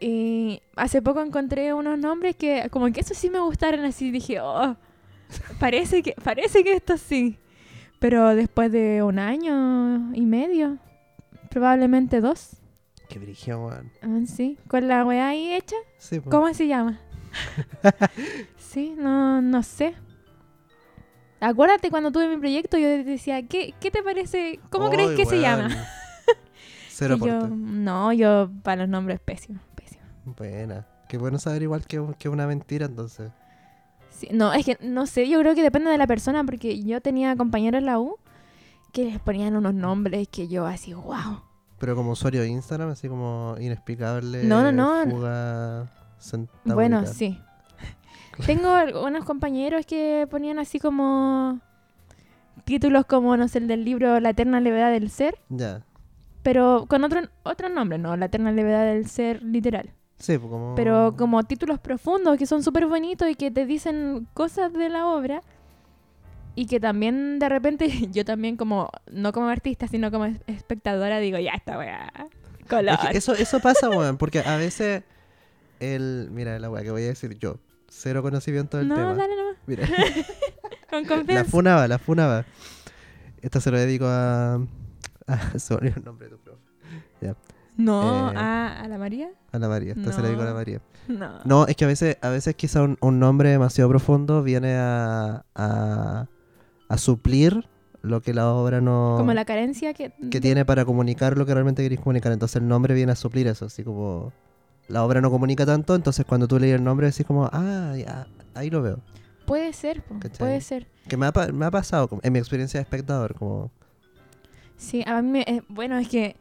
S2: Y hace poco encontré unos nombres que, como que eso sí me gustaron, así dije, oh, parece que, parece que esto sí. Pero después de un año y medio, probablemente dos,
S1: Qué brillo, weón.
S2: ah, sí, con la weá ahí hecha,
S1: Sí, pues.
S2: ¿cómo se llama? sí, no, no sé. Acuérdate cuando tuve mi proyecto, yo decía, ¿qué, qué te parece? ¿Cómo crees
S1: Ay,
S2: que se
S1: weón.
S2: llama?
S1: Cero
S2: Y yo,
S1: aporte.
S2: no, yo para los nombres pésimo, pésimo.
S1: Buena. Qué bueno saber igual que, que una mentira, entonces.
S2: Sí, no, es que no sé, yo creo que depende de la persona, porque yo tenía compañeros en la U que les ponían unos nombres que yo así, wow.
S1: Pero como usuario de Instagram, así como inexplicable.
S2: No, no, no.
S1: Fuga, centauria.
S2: Bueno, sí. Tengo algunos compañeros que ponían así como títulos como, no sé, el del libro La eterna levedad del ser,
S1: Ya.
S2: pero con otro, otro nombre, no, La eterna levedad del ser literal.
S1: Sí, pues como.
S2: pero como títulos profundos que son súper bonitos y que te dicen cosas de la obra y que también de repente yo también como no como artista sino como es- espectadora digo ya esta weá color
S1: Es que eso, eso pasa, weón, porque a veces el... Mira, la weá que voy a decir yo. Cero conocimiento del
S2: no
S1: tema.
S2: dale nomás
S1: Mira,
S2: con
S1: la
S2: confianza
S1: funaba, la funaba. Esta se lo dedico a... a se me olvidó el nombre de tu profe.
S2: no ah,
S1: eh.
S2: a, a la María
S1: Ana María. Esta se la dedico a Ana
S2: No.
S1: María.
S2: no,
S1: No, es que a veces, a veces quizá un, un nombre demasiado profundo viene a, a, a suplir lo que la obra no...
S2: como la carencia que,
S1: que tiene para comunicar lo que realmente queréis comunicar. Entonces el nombre viene a suplir eso, así como la obra no comunica tanto, entonces cuando tú lees el nombre decís como, ah, ya, ahí lo veo.
S2: puede ser po,
S1: ¿Cachai?
S2: puede ser
S1: Que me ha, pa- me ha pasado como- en mi experiencia de espectador, como,
S2: Sí, a mí, me- eh, bueno, es que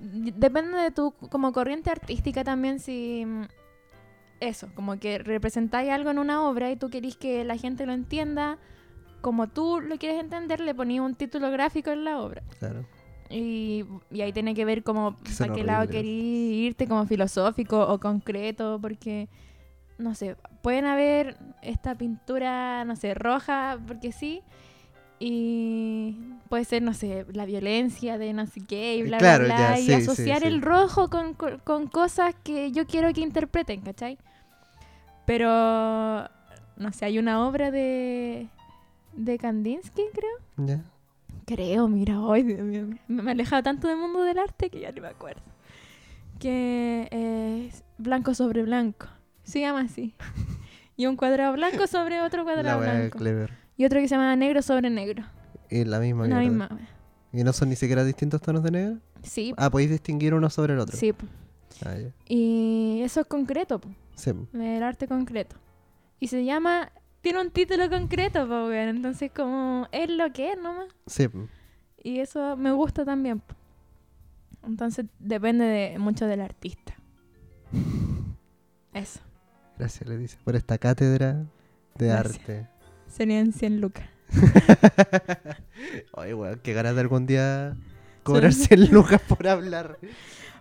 S2: y- depende de tu como corriente artística también si mm, eso, como que representáis algo en una obra y tú querís que la gente lo entienda como tú lo quieres entender, le ponís un título gráfico en la obra.
S1: claro,
S2: Y, y ahí tiene que ver como
S1: Ah. Que son
S2: para qué lado
S1: horribles.
S2: querís irte, como filosófico o concreto, porque, no sé, pueden haber esta pintura, no sé, roja, porque sí, y puede ser, no sé, la violencia de no sé qué, y bla,
S1: Eh, Claro,
S2: bla, bla,
S1: ya, sí,
S2: y
S1: sí,
S2: asociar
S1: sí.
S2: el rojo con, co- con cosas que yo quiero que interpreten, ¿cachai? Pero, no sé, hay una obra de, de Kandinsky, creo.
S1: ya.
S2: Creo, mira, hoy me he alejado tanto del mundo del arte que ya no me acuerdo. Que es blanco sobre blanco. Se llama así. Y un cuadrado blanco sobre otro
S1: La
S2: cuadrado
S1: weá de
S2: blanco.
S1: clever.
S2: Y otro que se llama negro sobre negro.
S1: Y la misma.
S2: La
S1: mierda.
S2: misma.
S1: Y no son ni siquiera distintos tonos de negro.
S2: Sí,
S1: Ah, podéis distinguir uno sobre el otro.
S2: sí. po.
S1: Ah, ya.
S2: Y eso es concreto, po,
S1: Sí.
S2: el arte concreto. Y se llama. Tiene un título concreto, po, weón. Entonces, como. Es lo que es nomás.
S1: sí.
S2: Y eso me gusta también. po. Entonces depende de, mucho del artista. Eso.
S1: Gracias, le dice, por esta cátedra de
S2: Gracias.
S1: arte.
S2: Serían 100 lucas.
S1: Ay, weón, qué ganas de algún día cobrarse lucas por hablar.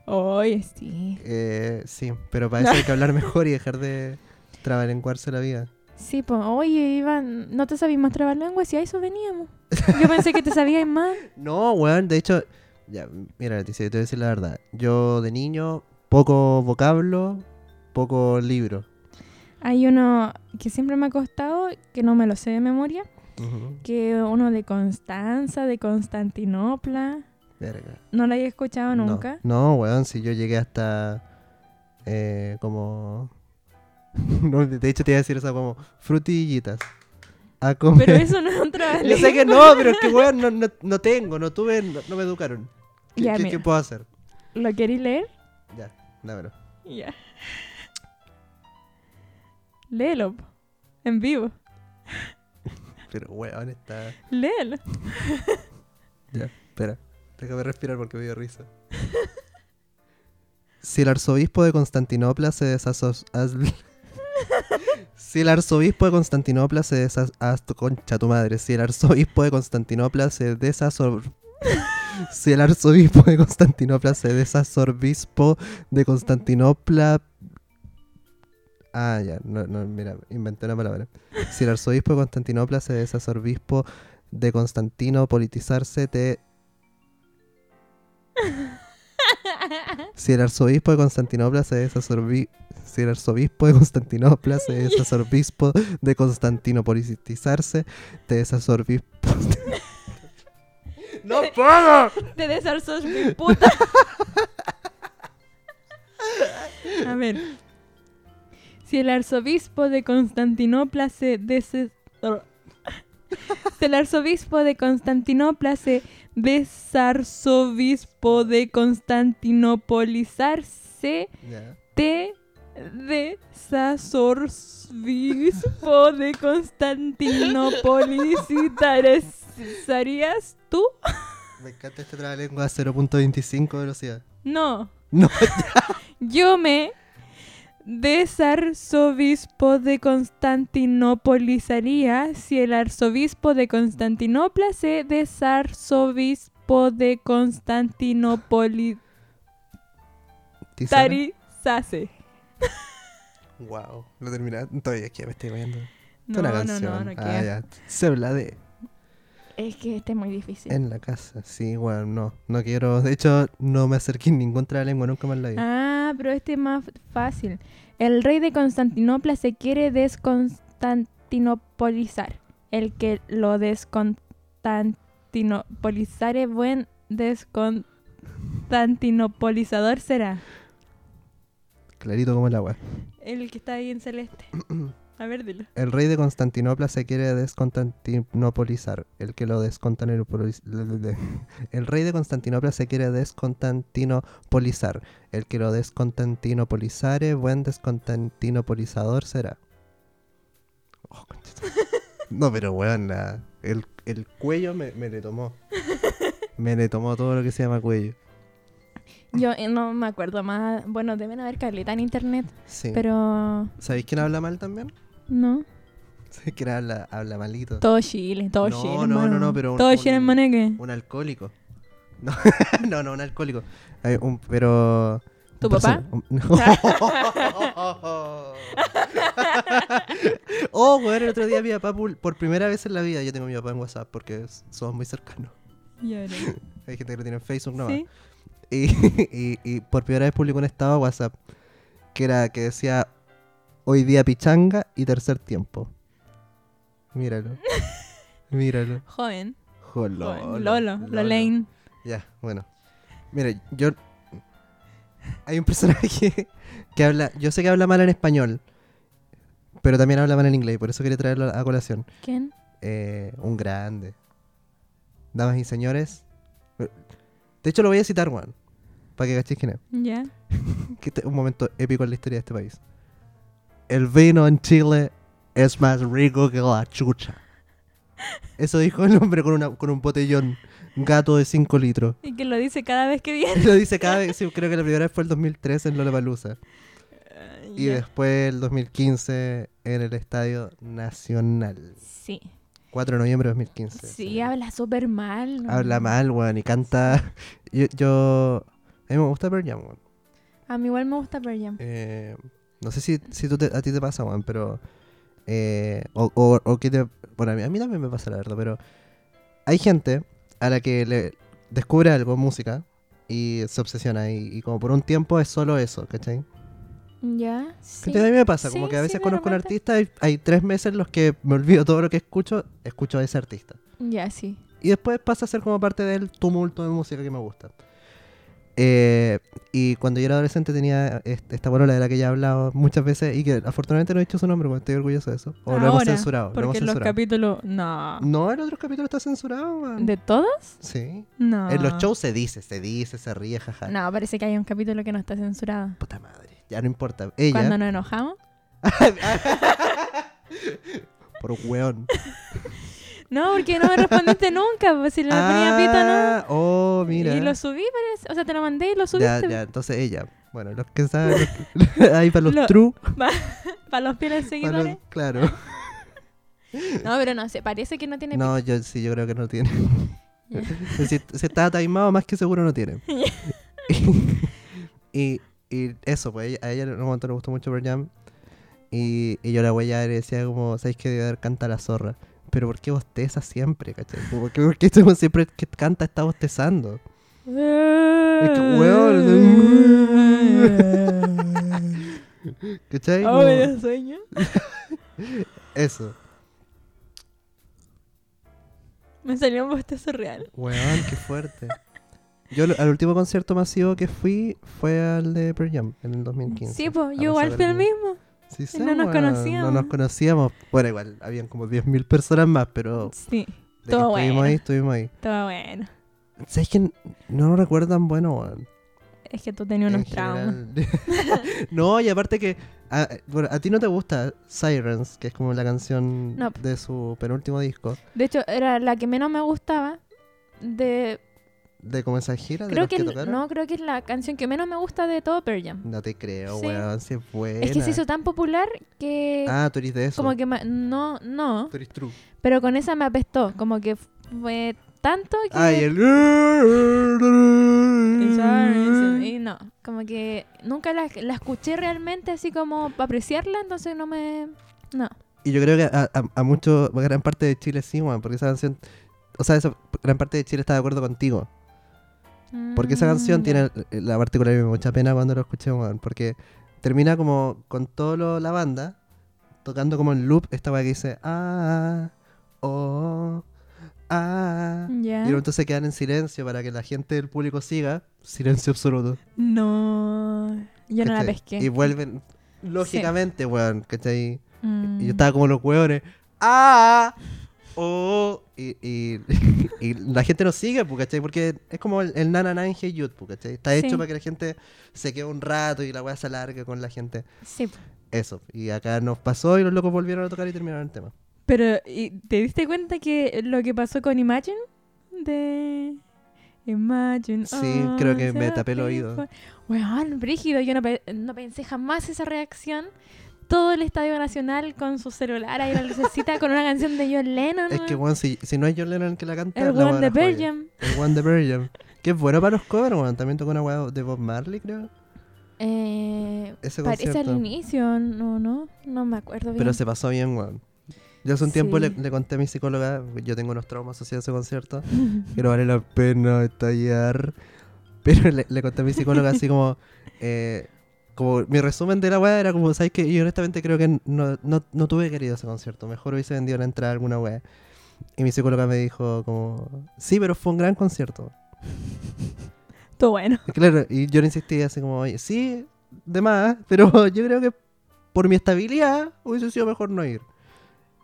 S2: Oye, sí.
S1: Eh, sí, pero para eso hay que hablar mejor y dejar de trabalenguarse la vida.
S2: Sí, pues, oye, Iván, no te sabías más trabar lengua, si a eso veníamos. Yo pensé que te sabías más.
S1: No, weón, de hecho, ya, mira, Leticia, te voy a decir la verdad. Yo de niño, poco vocablo, poco libro.
S2: Hay uno que siempre me ha costado, que no me lo sé de memoria,
S1: Ujú,
S2: que uno de Constanza, de Constantinopla.
S1: verga.
S2: No lo había escuchado
S1: No,
S2: nunca.
S1: No, weón, si yo llegué hasta eh, como... No, de hecho te iba a decir eso como frutillitas. A comer.
S2: Pero eso no es un trabajo.
S1: Yo sé que no, pero es que weón, no, no, no tengo, no tuve, no, no me educaron. ¿Qué,
S2: Ya,
S1: qué-
S2: mira.
S1: qué puedo hacer?
S2: ¿Lo queréis leer?
S1: Ya, dámelo.
S2: Ya. Léelo. po. En vivo.
S1: Pero weón, está...
S2: Léelo.
S1: Ya, espera. Déjame respirar porque me dio risa. Si el arzobispo de Constantinopla se desaso... as- Si el arzobispo de Constantinopla se desas... as- tu Concha tu madre. Si el arzobispo de Constantinopla se desasor... Si el arzobispo de Constantinopla se desasorbispo de Constantinopla... Ah, ya. No, no, mira, inventé una palabra. Si el arzobispo de Constantinopla se desasorbispo de Constantino politizarse te... Si el arzobispo de Constantinopla se desasorbi... Si el arzobispo de Constantinopla se desasorbispo de Constantino politizarse, te desasorbispo... ¡No puedo!
S2: Te desarzos mi puta. A ver. Si el arzobispo de Constantinopla se des... Si el arzobispo de Constantinopla se desarzobispo de Constantinopolizarse,
S1: Ya.
S2: te desazorbispo de Constantinopolizarse. tú?
S1: Me encanta este trabalengua a 0.25 de velocidad.
S2: No.
S1: No,
S2: Yo me desarzobispo de Constantinopolizaría si el arzobispo de Constantinopla se desarzobispo de Constantinopolitarizase.
S1: Wow, lo terminaste. Todavía aquí me estoy viendo.
S2: No,
S1: una
S2: no, no,
S1: canción.
S2: no,
S1: ah,
S2: queda.
S1: ya. Se habla de...
S2: Es que este es muy difícil.
S1: En la casa, sí, bueno, no, no quiero. De hecho, no me acerqué en ningún trabalengua nunca más en la vida.
S2: Ah, pero este es más fácil. El rey de Constantinopla se quiere desconstantinopolizar. El que lo desconstantinopolizare, buen desconstantinopolizador será.
S1: Clarito como el agua.
S2: El que está ahí en celeste. A ver, dilo.
S1: El rey de Constantinopla se quiere descontantinopolizar. El que lo descontantinopoliz... El rey de Constantinopla se quiere descontantinopolizar. El que lo descontantinopolizare, buen descontantinopolizador será. Oh, conchita. no, pero weón, la- el, el cuello me, me le tomó. Me le tomó todo lo que se llama cuello.
S2: Yo eh, no me acuerdo más. Bueno, deben haber caleta en internet,
S1: Sí.
S2: pero
S1: ¿Sabéis quién habla mal también?
S2: no.
S1: ¿Sabéis quién habla, habla malito?
S2: Todo Chile, todo
S1: No,
S2: Chile.
S1: no,
S2: hermano.
S1: no, no, pero un-
S2: Todo Chile,
S1: un-
S2: hermano, que.
S1: Un alcohólico. No, no, no, un alcohólico. Hay un- pero.
S2: ¿Tu
S1: un perso-
S2: papá?
S1: un- no. oh, weón, el otro día mi papá, pul- por primera vez en la vida, yo tengo a mi papá en WhatsApp porque s- somos muy cercanos.
S2: Y ahora,
S1: Hay gente que lo tiene en Facebook nomás.
S2: ¿sí?
S1: Y, y- y por primera vez publicó un estado de WhatsApp que era que decía hoy día pichanga y tercer tiempo. Míralo. Míralo.
S2: Joven.
S1: Jo,
S2: Lolo,
S1: Lolo,
S2: Lolo, Lolaine.
S1: Ya, bueno. Mira, yo. Hay un personaje que habla. Yo sé que habla mal en español, pero también habla mal en inglés, por eso quería traerlo a colación.
S2: ¿Quién?
S1: Eh, un grande. Damas y señores. eh, De hecho, lo voy a citar, Juan. Para que cachéis quién es.
S2: ¿Ya?
S1: Que este es un momento épico en la historia de este país. El vino en Chile es más rico que la chucha. Eso dijo el hombre con, una- con un botellón gato de 5 litros.
S2: Y que lo dice cada vez que viene.
S1: Lo dice cada vez, sí, creo que la primera vez fue el 2003 en Lollapalooza. Y
S2: Ya.
S1: después el 2015 en el Estadio Nacional.
S2: Sí.
S1: 4 de noviembre de 2015.
S2: Sí,
S1: sí.
S2: habla súper mal. ¿no?
S1: Habla mal, weón, y canta... Yo, yo- A mí me gusta Pearl Jam, weón.
S2: A mí igual me gusta Pearl Jam.
S1: Eh, no sé si, si tú te- a ti te pasa, Juan, pero eh, o, o- o que te- bueno, a mí, a mí también me pasa la verdad, pero hay gente a la que le descubre algo, música, y se obsesiona, y, y como por un tiempo es solo eso, ¿cachai?
S2: Ya.
S1: Que
S2: Sí.
S1: te- a mí me pasa,
S2: Sí,
S1: como que a
S2: sí,
S1: veces
S2: de
S1: conozco un
S2: repente.
S1: artista y hay tres meses en los que me olvido todo lo que escucho, escucho a ese artista.
S2: Ya, sí.
S1: Y después pasa a ser como parte del tumulto de música que me gusta. Eh, y cuando yo era adolescente tenía est- esta bolola de la que ya he hablado muchas veces y que afortunadamente no he dicho su nombre, porque estoy orgulloso de eso. O lo hemos
S2: Ahora,
S1: censurado. lo hemos
S2: Porque en los
S1: censurado.
S2: capítulos. No.
S1: No, el otro capítulo está censurado, man.
S2: ¿De todos?
S1: Sí.
S2: No.
S1: Mm. En los shows se dice, se dice, se ríe, jaja.
S2: Ah. No, parece que hay un capítulo que no está censurado.
S1: Puta madre. Ya no importa. Ella,
S2: Cuando nos enojamos.
S1: por weón.
S2: No, porque no me respondiste nunca. Pues si le ponía pito, no.
S1: Ah, Oh, mira.
S2: Y lo subí, parece. O sea, te lo mandé y lo
S1: ya,
S2: subiste.
S1: ya, entonces ella. Bueno, los que saben, los que- ahí para los
S2: Lo-
S1: true,
S2: Para los fieles
S1: para los-
S2: seguidores.
S1: claro.
S2: No, pero no sé. Parece que no tiene
S1: No, yo sí, yo creo que no tiene. si, si está taimado, más que seguro no tiene. y, y eso, pues a ella en un momento le gustó mucho Pearl Jam. Y, y yo la huella le decía como, ¿sabéis que debe dar canta la zorra? Pero ¿por qué bosteza siempre, cachai? Como, ¿Por qué, por qué este weón siempre que canta está bostezando? Es que, weón, ¿Cachai? Como-
S2: Ahora Oh, sueño.
S1: eso.
S2: Me salió un bostezo real.
S1: Weón, qué fuerte. Yo lo- al último concierto masivo que fui fue al de Pearl Jam en el 2015.
S2: Sí, pues,
S1: Vamos a
S2: yo igual fui
S1: ver
S2: el
S1: cómo-
S2: mismo.
S1: Sí, sé,
S2: no
S1: weón,
S2: nos
S1: No
S2: conocíamos.
S1: nos conocíamos. Bueno, igual, habían como 10.000 personas más, pero de
S2: Sí,
S1: que
S2: Todo
S1: estuvimos
S2: bueno.
S1: ahí, estuvimos ahí.
S2: todo bueno.
S1: ¿Sabes que no lo recuerdan bueno, weón?
S2: Es que tú tenías
S1: En
S2: unos traumas.
S1: general. no, y aparte que... A, bueno, a ti no te gusta Sirens, que es como la canción
S2: No.
S1: de su penúltimo disco.
S2: De hecho, era la que menos me gustaba. De,
S1: ¿De como esa gira? ¿De
S2: creo
S1: los
S2: que,
S1: que,
S2: el-
S1: tocaron?
S2: no, creo que es la canción que menos me gusta de todo Pearl Jam.
S1: No te creo,
S2: Sí.
S1: weón. Si es buena.
S2: Es que se hizo tan popular que
S1: Ah, tú eres de eso.
S2: como que ma- no, no,
S1: Tú eres true.
S2: pero con esa me apestó, como que fue tanto que
S1: Ah, y el...
S2: Y ya, y no, como que nunca la, la escuché realmente así como para apreciarla, entonces no me no.
S1: Y yo creo que a, a, a mucho, a gran parte de Chile sí, weón, porque esa canción, o sea, esa gran parte de Chile está de acuerdo contigo. Porque esa canción
S2: Mm,
S1: tiene la particularidad, me dio mucha pena cuando lo escuché, weón, porque termina como con todo lo- la banda, tocando como en loop esta weá que dice, ah, oh, ah.
S2: ya.
S1: Y luego entonces quedan en silencio para que la gente del público siga, silencio absoluto.
S2: No, yo no la
S1: ¿cachai?
S2: pesqué.
S1: Y vuelven, lógicamente, weón, ¿cachai?
S2: Mm.
S1: Y yo estaba como los hueones. ¡Ah! ¡Oh! Y, y- y la gente nos sigue, pues, ¿cachai? Porque es como el, el Nana Nanje YouTube, ¿cachai? Está hecho
S2: Sí.
S1: para que la gente se quede un rato y la weá se alargue con la gente.
S2: Sí, po.
S1: Eso. Y acá nos pasó y los locos volvieron a tocar y terminaron el tema.
S2: pero ¿y ¿te diste cuenta que lo que pasó con Imagine de Imagine?
S1: Sí, creo que
S2: all
S1: me
S2: the
S1: tapé el oído.
S2: people. Weón, brígido, yo no, pe- no pensé jamás esa reacción. Todo el Estadio Nacional con su celular ahí la lucecita con una canción de John Lennon.
S1: Es que,
S2: weón.
S1: weón, si, si no es John Lennon el que la canta,
S2: Ah. el
S1: la weá
S2: One de
S1: la joya.
S2: Pearl Jam.
S1: El One de Pearl Jam. Que es bueno para los covers, weón. También tocó una weá de Bob Marley, creo.
S2: Eh,
S1: Ese
S2: parece al
S1: Este concierto.
S2: inicio, no, no, no me acuerdo bien.
S1: Pero se pasó bien, weón. Yo hace un tiempo le,
S2: Sí.
S1: le conté a mi psicóloga, yo tengo unos traumas asociados a ese concierto, que no vale la pena detallar. Pero le, le conté a mi psicóloga así como, eh, como mi resumen de la weá era como, ¿sabes qué? Yo honestamente creo que no, no, no tuve querido ese concierto, mejor hubiese vendido la entrada a alguna weá. Y mi psicóloga me dijo como, sí, pero fue un gran concierto.
S2: Todo bueno.
S1: Y Claro, y yo le insistí así como, oye, sí, de más, pero yo creo que por mi estabilidad hubiese sido mejor no ir.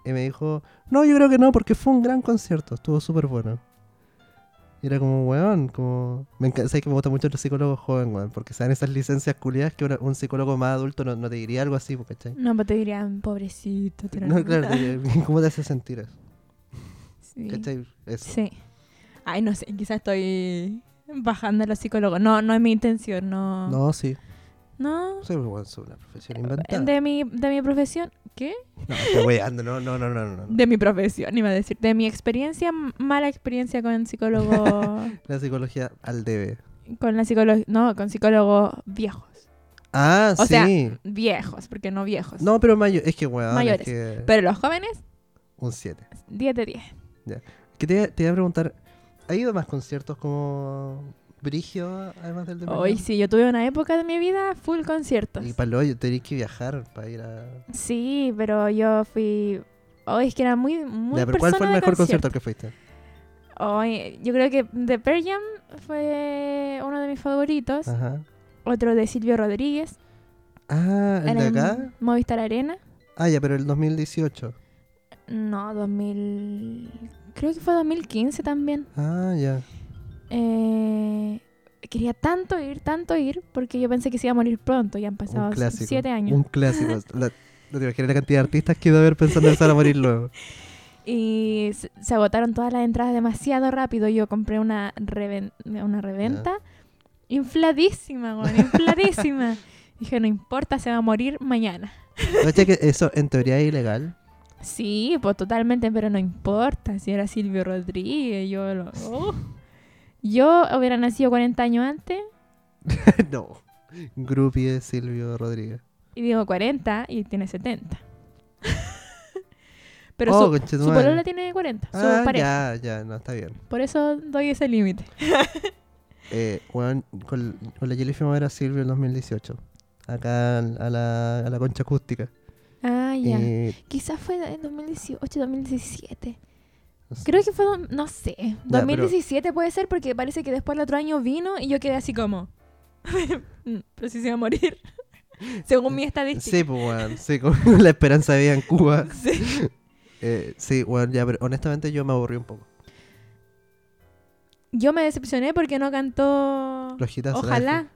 S1: Y me dijo, no, yo creo que no, porque fue un gran concierto, estuvo súper bueno. Y era como, weón, como... Me encanta, sabes que me gustan mucho los psicólogos jóvenes, weón, porque se dan esas licencias culiadas que una- un psicólogo más adulto no, no te diría algo así, pues, ¿cachai?
S2: No, pero te dirían, pobrecito. te
S1: No,
S2: lo-
S1: claro, te diría, ¿cómo te hace sentir eso?
S2: Sí.
S1: ¿Cachai? Eso.
S2: Sí. Ay, no sé, quizás estoy bajando a los psicólogos. No, no es mi intención, no.
S1: No, Ah. sí.
S2: No.
S1: Soy weón, soy una profesión inventada.
S2: De mi, de mi profesión. ¿Qué?
S1: No, estoy weando, no, no, no, no, no. no.
S2: De mi profesión, iba a decir. De mi experiencia, m- mala experiencia con psicólogos.
S1: La psicología al debe.
S2: con la psicólogo No, con psicólogos viejos.
S1: Ah,
S2: O
S1: sí.
S2: sea, viejos, porque no viejos.
S1: no, pero mayor. Es que, weón.
S2: Mayores.
S1: Es que...
S2: Pero los jóvenes,
S1: Un 7.
S2: 10 de 10.
S1: Que te, te iba a preguntar, ¿ha ido a más conciertos como Brigio, además del de
S2: Hoy
S1: Brigio?
S2: sí, yo tuve una época de mi vida full conciertos.
S1: Y para hoyo tenés que viajar para ir a...
S2: Sí, pero yo fui... Hoy es que era muy, muy
S1: Ya, pero ¿cuál fue el
S2: persona de
S1: mejor concierto
S2: concierto.
S1: al que fuiste?
S2: Hoy, yo creo que de Pearl Jam fue uno de mis favoritos.
S1: Ajá.
S2: Otro de Silvio Rodríguez.
S1: Ah, ¿el
S2: en
S1: de
S2: el
S1: acá?
S2: Movistar Arena.
S1: Ah, ya, pero el 2018.
S2: No, 2000... Creo que fue 2015 también.
S1: Ah, ya.
S2: Eh, quería tanto ir, tanto ir, porque yo pensé que se iba a morir pronto. Ya han pasado
S1: Un clásico.
S2: siete años.
S1: Un clásico. La- no te imaginas la cantidad de artistas que iba a haber pensando en Sara morir luego.
S2: Y se, se agotaron todas las entradas demasiado rápido. Yo compré una, reven- una reventa infladísima, güey, infladísima. Dije, no importa, se va a morir mañana.
S1: ¿No che, que eso en teoría es ilegal?
S2: Sí, pues totalmente, pero no importa. Si era Silvio Rodríguez, yo lo... ¡Oh! Yo hubiera nacido 40 años antes,
S1: no. Groupie de Silvio Rodríguez.
S2: y digo 40, y tiene 70. pero
S1: oh,
S2: su, su
S1: conchetumare.
S2: polola tiene 40, su
S1: Ah,
S2: pareja.
S1: ya, ya, no, está bien.
S2: Por eso doy ese límite.
S1: Eh, weón, con, con la Jelly fuimos a ver a Silvio en 2018. Acá al- a la, a la concha acústica.
S2: Ah, ya.
S1: Y,
S2: Quizás fue en 2018, 2017.
S1: no sé,
S2: Creo que fue, do- no sé,
S1: pero-
S2: 2017 puede ser porque parece que después el otro año vino y yo quedé así como, "Mm, pero si se va a morir, según mi estadística.
S1: Sí, pues, weón, sí, con la esperanza de vida en Cuba.
S2: Sí.
S1: Eh, sí, weón, ya, pero honestamente yo me aburrí un poco.
S2: Yo me decepcioné porque no cantó...
S1: Los hitazos de
S2: Ojalá,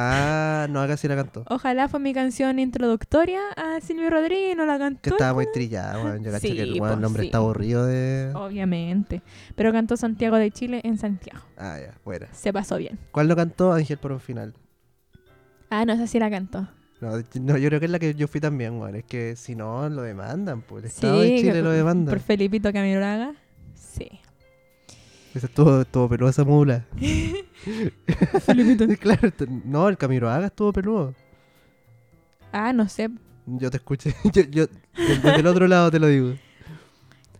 S1: Ah, no, acá sí la cantó.
S2: ojalá fue mi canción introductoria a Silvio Rodríguez y no la
S1: Que
S2: cantó.
S1: estaba muy trillada, weón. Yo caché que el,
S2: Sí,
S1: weón, el
S2: pues,
S1: hombre
S2: sí. Oh.
S1: está aburrido de.
S2: Obviamente, pero cantó Santiago de Chile en Santiago.
S1: Ah, ya, buena.
S2: Se pasó bien.
S1: ¿Cuál lo cantó? Ángel por un final.
S2: Ah, no, esa sí la cantó.
S1: No, de- no, yo creo que es la que yo fui también, weón. Es que si no, lo demandan, pues. El
S2: Sí,
S1: Estado de Chile
S2: que-
S1: lo demanda.
S2: Por Felipito Camiroaga. Sí.
S1: Ese estuvo, estuvo peludo esa mula.
S2: Felipito.
S1: claro, t- no, el Camiroaga estuvo peludo.
S2: Ah, no sé.
S1: Yo te escuché, yo, yo desde el otro lado te lo digo.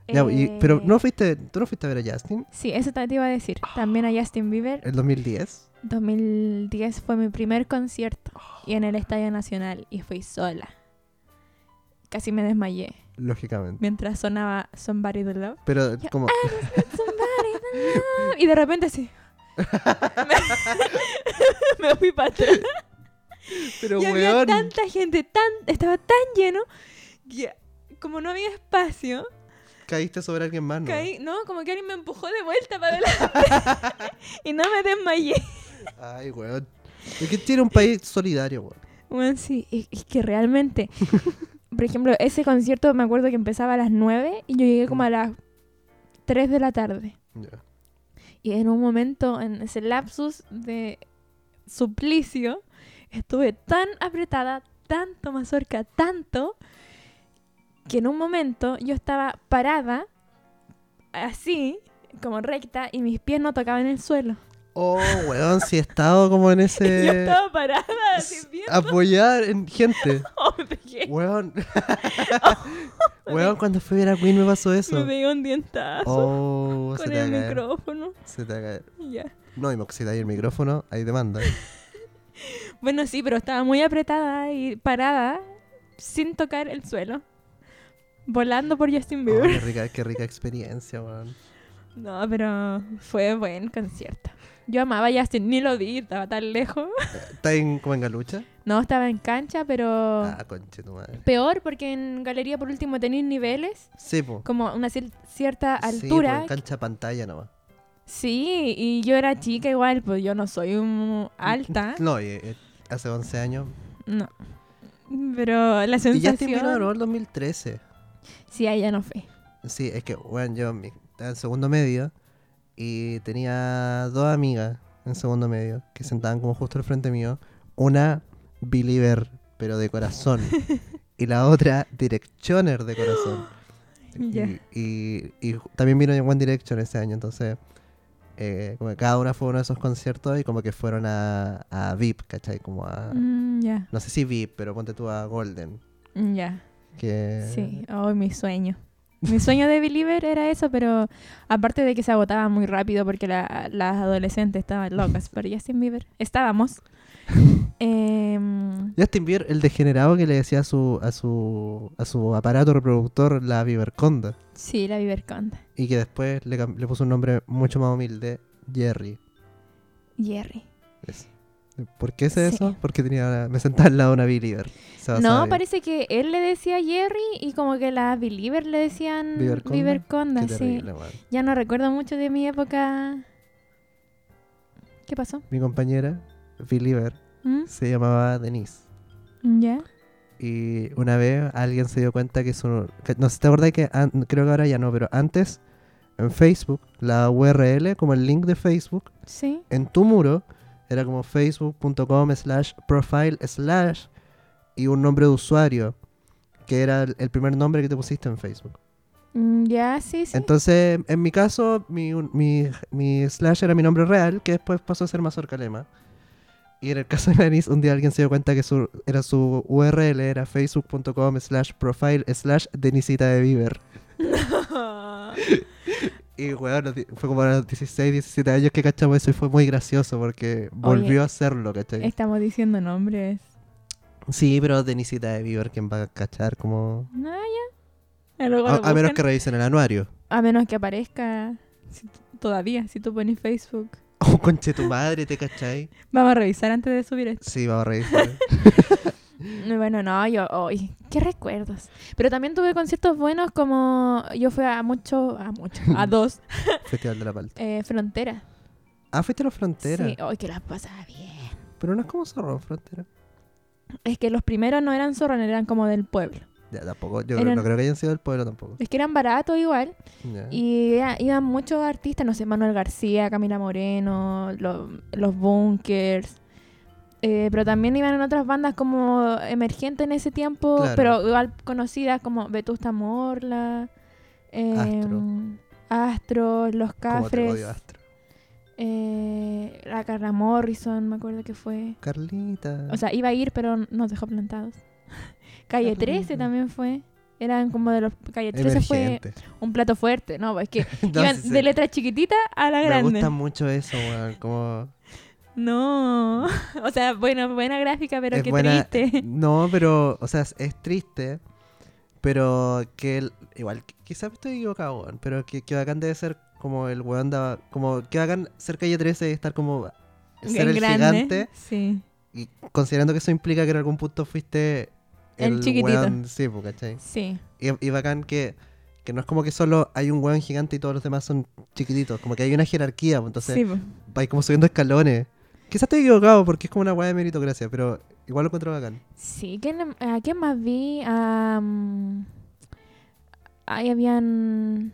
S1: Ya, y-
S2: Eh,
S1: pero no fuiste, tú no fuiste a ver a Justin
S2: Sí, eso ta- te iba a decir. También a Justin Bieber.
S1: el 2010.
S2: 2010 fue mi primer concierto. Y en el Estadio Nacional. Y fui sola. Casi me desmayé.
S1: Lógicamente.
S2: Mientras sonaba Somebody to Love.
S1: Pero como
S2: ah, Somebody to Love. Y de repente así. me fui para atrás.
S1: pero
S2: Y había
S1: weón,
S2: tanta gente. Tan, estaba tan lleno. Que como no había espacio.
S1: caíste sobre alguien más, ¿no?
S2: Caí, no, como que alguien me empujó de vuelta para adelante. y no me desmayé.
S1: Ay, weón. Es que tiene un país solidario, weón.
S2: Bueno, sí, es, es que realmente. Por ejemplo, ese concierto me acuerdo que empezaba a las 9 y yo llegué como a las 3 de la tarde.
S1: Ya.
S2: Y en un momento, en ese lapsus de suplicio, estuve tan apretada, tanto mazorca, tanto, que en un momento yo estaba parada, así, como recta, y mis pies no tocaban el suelo.
S1: Oh, weón, si he estado como en ese
S2: Yo estaba parada, así
S1: s-
S2: bien.
S1: apoyar en gente.
S2: me pegué,
S1: Weón. weón, cuando fui a ver a Queen me pasó
S2: me
S1: eso.
S2: pegué un dientazo
S1: Oh, se
S2: con
S1: te va a
S2: el
S1: caer.
S2: micrófono.
S1: Se te va a caer.
S2: y ya.
S1: No, y me oxidáis el micrófono, ahí demanda.
S2: Bueno, sí, pero estaba muy apretada y parada, sin tocar el suelo. Volando por Justin
S1: Oh,
S2: Bieber.
S1: qué, rica, qué rica experiencia, weón.
S2: No, pero fue buen concierto. Yo amaba a Justin, ni lo vi, estaba tan lejos.
S1: ¿Estás en, como en Galucha?
S2: No, estaba en cancha, pero
S1: Ah, conche tu madre.
S2: peor porque en galería por último tenéis niveles,
S1: Sí, po.
S2: como una cier- cierta
S1: Sí, po,
S2: altura.
S1: en cancha pantalla nomás.
S2: Sí, y yo era chica igual, pues yo no soy un alta.
S1: No, y, eh, hace 11 años.
S2: No. Pero la
S1: Y ya te vino
S2: sensación...
S1: el 2013.
S2: Sí, ahí ya no fue.
S1: Sí, es que, bueno, yo en mi- estaba en segundo medio y tenía dos amigas en segundo medio que sentaban como justo al frente mío. Una believer, pero de corazón. y la otra directioner de corazón.
S2: Ya.
S1: Y, y- y ju- también vino One Direction ese año, entonces eh, como que cada una fue a uno de esos conciertos y como que fueron a, a VIP, ¿cachai? Como a...
S2: Mm, ya, Mm,
S1: No sé si VIP, pero ponte tú a Golden.
S2: ya.
S1: Que...
S2: Sí, hoy mi sueño. Mi sueño de Believer era eso, pero aparte de que se agotaba muy rápido porque la- las adolescentes estaban locas por Justin Bieber. Estábamos. Em,
S1: Justin Bieber, el degenerado que le decía a su, a su, a su aparato reproductor la Bieberconda.
S2: sí, la Bieberconda.
S1: Y que después le, cam- le puso un nombre mucho más humilde, Jerry.
S2: Jerry.
S1: Es- ¿Por qué sé
S2: Sí.
S1: eso? Porque tenía, me sentaba al lado de una Believer. Se va a
S2: No,
S1: saber.
S2: parece que él le decía Jerry y como que las Believer le decían
S1: Bieberconda.
S2: Bieberconda,
S1: Qué
S2: sí.
S1: terrible, weón.
S2: Ya no recuerdo mucho de mi época. ¿Qué pasó?
S1: Mi compañera, Believer,
S2: ¿Mm?
S1: se llamaba Denise.
S2: ¿Ya?
S1: Y una vez alguien se dio cuenta que su... que- no sé si te acordás que... an- creo que ahora ya no, pero antes en Facebook, la URL, como el link de Facebook,
S2: Sí.
S1: en tu muro, era como facebook.com slash profile slash y un nombre de usuario, que era el el primer nombre que te pusiste en Facebook.
S2: Mm, Ya, sí, sí.
S1: Entonces, en mi caso, mi, un- mi, mi slash era mi nombre real, que después pasó a ser Mazorca Lema. Y en el caso de Lanis, un día alguien se dio cuenta que su, era su URL, era facebook.com slash profile slash Denisita de Bieber. Y weón, nos di- fue como a los 16, 17 años que cachamos eso y fue muy gracioso porque volvió a hacerlo, ¿cachai?
S2: Estamos diciendo nombres.
S1: Sí, pero Denisita de Bieber, ¿quién va a cachar? Como...
S2: No, Ah, ya. Y luego lo
S1: A, a menos
S2: buscan.
S1: que revisen el anuario.
S2: a menos que aparezca si t- todavía, si tú pones Facebook.
S1: Oh, conche tu madre, ¿te cachai?
S2: Vamos a revisar antes de subir esto.
S1: Sí, vamos a revisar.
S2: Mm, Bueno, no, yo hoy. Qué recuerdos. Pero también tuve conciertos buenos como yo fui a muchos, a muchos, a dos
S1: Festival de la Palta.
S2: eh, fronteras.
S1: Ah, fuiste a la frontera.
S2: Sí, hoy que las pasaba bien.
S1: Pero no es como zorro frontera.
S2: Es que los primeros no eran zorrón, eran como del pueblo.
S1: Ya, tampoco. Yo
S2: Eran-
S1: no creo que hayan sido del pueblo tampoco.
S2: Es que eran baratos igual.
S1: Ya.
S2: Y era- iban muchos artistas, no sé, Manuel García, Camila Moreno, lo- los Bunkers. eh, pero también iban en otras bandas como emergentes en ese tiempo,
S1: Claro.
S2: pero igual conocidas como Vetusta Morla, eh,
S1: Astro.
S2: Astro,
S1: Como
S2: Los
S1: te
S2: Cafres,
S1: odio, Astro.
S2: eh, la Carla Morrison, me acuerdo que fue.
S1: Carlita.
S2: O sea, iba a ir, pero nos dejó plantados. Calle
S1: Carla
S2: 13
S1: Morrison.
S2: también fue. Eran como de los. Calle 13 fue
S1: emergente.
S2: un plato fuerte, ¿no? Es que
S1: No,
S2: Iban
S1: sí, sí.
S2: de letra chiquitita a la
S1: Me
S2: grande.
S1: gusta mucho eso, weón. Como.
S2: No. O sea, bueno, buena gráfica, pero
S1: es
S2: qué
S1: buena- eh,
S2: triste.
S1: No, pero. O sea, es- es triste. Pero que el- igual, qu- quizás estoy equivocado, weón. Pero que, que bacán debe ser como el weón. daba- Como que bacán ser calle 13 y estar como. Ser
S2: En
S1: el
S2: grande.
S1: gigante.
S2: Sí.
S1: Y considerando que eso implica que en algún punto fuiste.
S2: El
S1: El,
S2: chiquitito.
S1: weón- sí, pues, ¿cachai?
S2: Sí.
S1: Y, y bacán que, que no es como que solo hay un weón gigante y todos los demás son chiquititos. Como que hay una jerarquía, pues, entonces
S2: sí. po.
S1: vais como subiendo escalones. Quizás estoy equivocado porque es como una weá de meritocracia, pero igual lo encuentro bacán.
S2: Sí, ¿quién- ¿a quién más vi? Ah, mm, ahí habían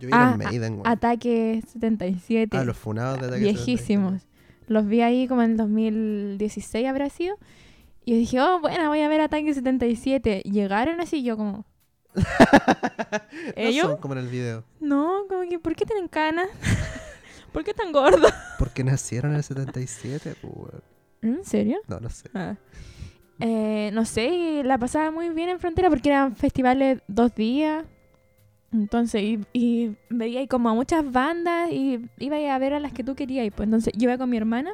S1: Yo vi a
S2: Ah,
S1: las Maiden, weón.
S2: Ataque 77.
S1: Ah, los funados de ataque
S2: viejísimos.
S1: 77.
S2: Los vi ahí como en el 2016 habrá sido. Y yo dije, oh, bueno, voy a ver Ataque 77. Llegaron así yo como...
S1: No
S2: ¿Ellos?
S1: son como en el video.
S2: No, como que, ¿por qué tienen canas? ¿Por qué tan gordos?
S1: Porque nacieron en el 77, pues, weón.
S2: ¿En serio?
S1: No, no sé.
S2: Ah. Eh, no sé, y la pasaba muy bien en Frontera porque eran festivales dos días. Entonces, y, y veía ahí como a muchas bandas y iba a ver a las que tú querías. y Pues. Entonces, yo iba con mi hermana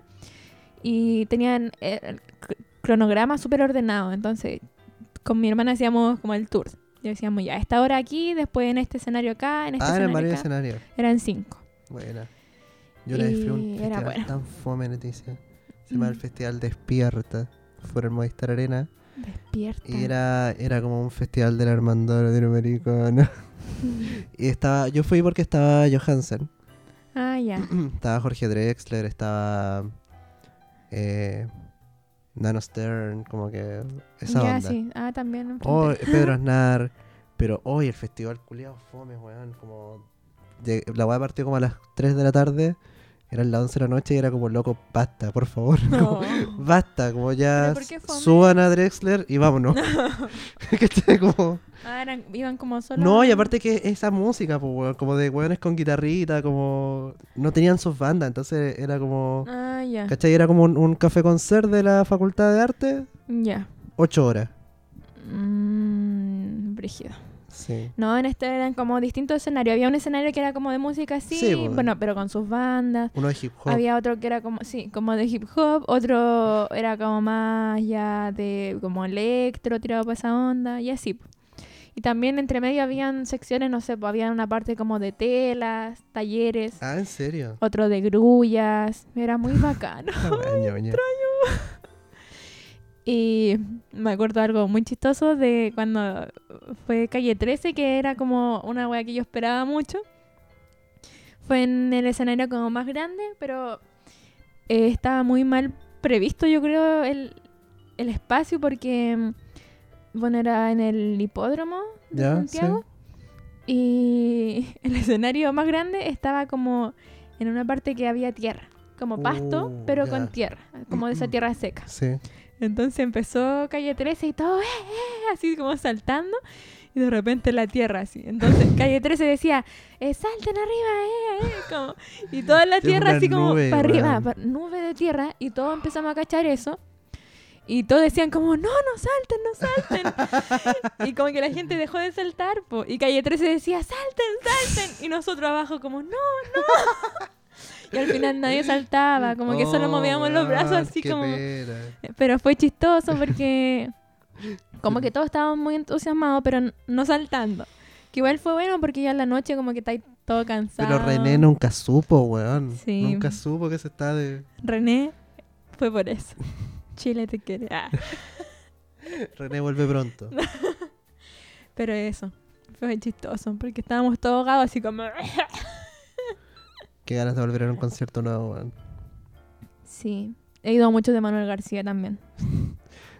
S2: y tenían eh, el cr- cronograma súper ordenado. Entonces, con mi hermana hacíamos como el tour. Y decíamos, ya, a esta hora aquí, después en este escenario acá, en este
S1: Ah, eran
S2: escenario
S1: varios
S2: acá.
S1: escenarios.
S2: Eran cinco.
S1: Buena. Yo le fui a
S2: Y
S1: un
S2: era
S1: festival
S2: bueno.
S1: tan fome, Leticia. Se llama el
S2: Mm.
S1: Festival Despierta. Fue en Movistar Arena.
S2: Despierta.
S1: Y era, era como un festival de la hermandad latinoamericana. y estaba, yo fui porque estaba Johansen.
S2: Ah, ya.
S1: estaba Jorge Drexler, estaba eh, Nano Stern, como que esa
S2: ya,
S1: onda.
S2: sí. Ah, también. en
S1: Oh,
S2: frontera.
S1: Pedro Aznar. Pero hoy el festival culiado fome, weón. Como. lleg- La weá partió como a las 3 de la tarde. Eran las 11 de la noche y era como, loco, basta, por favor. como,
S2: No.
S1: basta, como ya
S2: ¿Pero por qué fome?
S1: suban a Drexler y vámonos. ¿Cachai? como...
S2: Ah, eran, iban como solo.
S1: No, y aparte que esa música, pues, weón, como de weones con guitarrita, como... No tenían sus bandas, entonces era como...
S2: Ah, ya.
S1: ¿Cachai? Era como un, un café concert de la Facultad de Arte,
S2: Ya.
S1: ocho horas.
S2: Mm, brígido.
S1: Sí.
S2: No, en este eran como distintos escenarios. Había un escenario que era como de música así,
S1: Sí, pues.
S2: bueno, pero con sus bandas.
S1: Uno de hip hop.
S2: Había otro que era como, sí, como de hip hop, otro era como más ya de como electro, tirado por esa onda, y así. po. Y también entre medio habían secciones, no sé, po, había una parte como de telas, talleres,
S1: Ah, ¿en serio?
S2: otro de grullas, era muy bacano.
S1: Ah, weá, ñoña.
S2: Y me acuerdo algo muy chistoso de cuando fue Calle 13, que era como una wea que yo esperaba mucho. Fue en el escenario como más grande, pero eh, estaba muy mal previsto, yo creo, el, el espacio, porque, mm, bueno, era en el hipódromo de
S1: Ya, sí.
S2: Santiago. Y el escenario más grande estaba como en una parte que había tierra, como pasto,
S1: Uh,
S2: pero
S1: ya.
S2: con tierra, como de esa tierra seca.
S1: Sí.
S2: Entonces empezó calle 13 y todo, "Eh, eh", así como saltando. Y de repente la tierra así. Entonces calle 13 decía, eh, salten arriba, eh, eh", como- y toda la
S1: Es
S2: tierra
S1: una
S2: así como
S1: nube,
S2: para arriba,
S1: weón.
S2: pa- nube de tierra. Y todos empezamos a cachar eso. Y todos decían como, no, no salten, no salten. y como que la gente dejó de saltar. po. Y calle 13 decía, salten, salten. Y nosotros abajo como, no, no. y al final nadie saltaba, como que solo
S1: Oh,
S2: movíamos los brazos
S1: weón,
S2: así
S1: qué
S2: como...
S1: pena.
S2: Pero fue chistoso porque como que todos estábamos muy entusiasmados, pero n- no saltando. Que igual fue bueno porque ya en la noche como que estáis todo cansado.
S1: Pero René nunca supo, weón.
S2: Sí.
S1: Nunca supo que se está de...
S2: René fue por eso. Chile te quiere. Ah.
S1: René vuelve pronto.
S2: Pero eso, fue chistoso porque estábamos todos ahogados así como...
S1: Qué ganas de volver a un concierto nuevo, weón.
S2: Sí, he ido a muchos de Manuel García también.
S1: Yo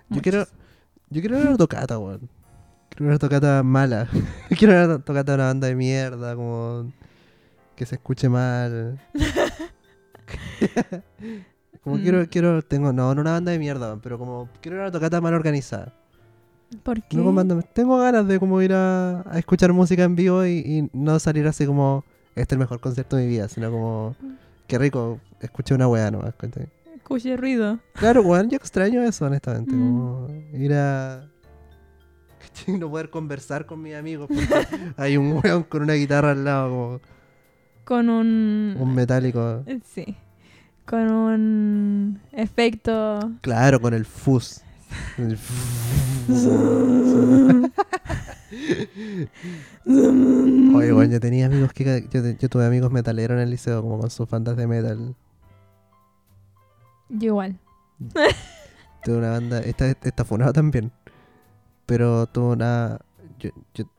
S2: Muchos.
S1: quiero, yo quiero una tocata, weón. Quiero una tocata mala. quiero una to- tocata de una banda de mierda, como que se escuche mal. como quiero,
S2: Mm.
S1: quiero, tengo, no, no una banda de mierda, weón, pero como quiero una tocata mal organizada.
S2: ¿Por qué?
S1: No con banda- tengo ganas de como ir a, a escuchar música en vivo y, y no salir así como, este es el mejor concierto de mi vida, sino como, qué rico, escuché una weá nomás. ¿cachai?
S2: Escuché ruido.
S1: Claro, weón, yo extraño eso, honestamente.
S2: Mm.
S1: Como ir a. No poder conversar con mis amigos porque hay un weón con una guitarra al lado, como
S2: Con un...
S1: un metálico.
S2: Sí. Con un efecto
S1: Claro, con el fuzz. El Oye, weón, yo tenía amigos que. ca- Yo, te- yo tuve amigos metaleros en el liceo, como con sus bandas de metal.
S2: Yo igual.
S1: Tuve una banda. Esta, esta funada también. Pero tuve una. Yo, yo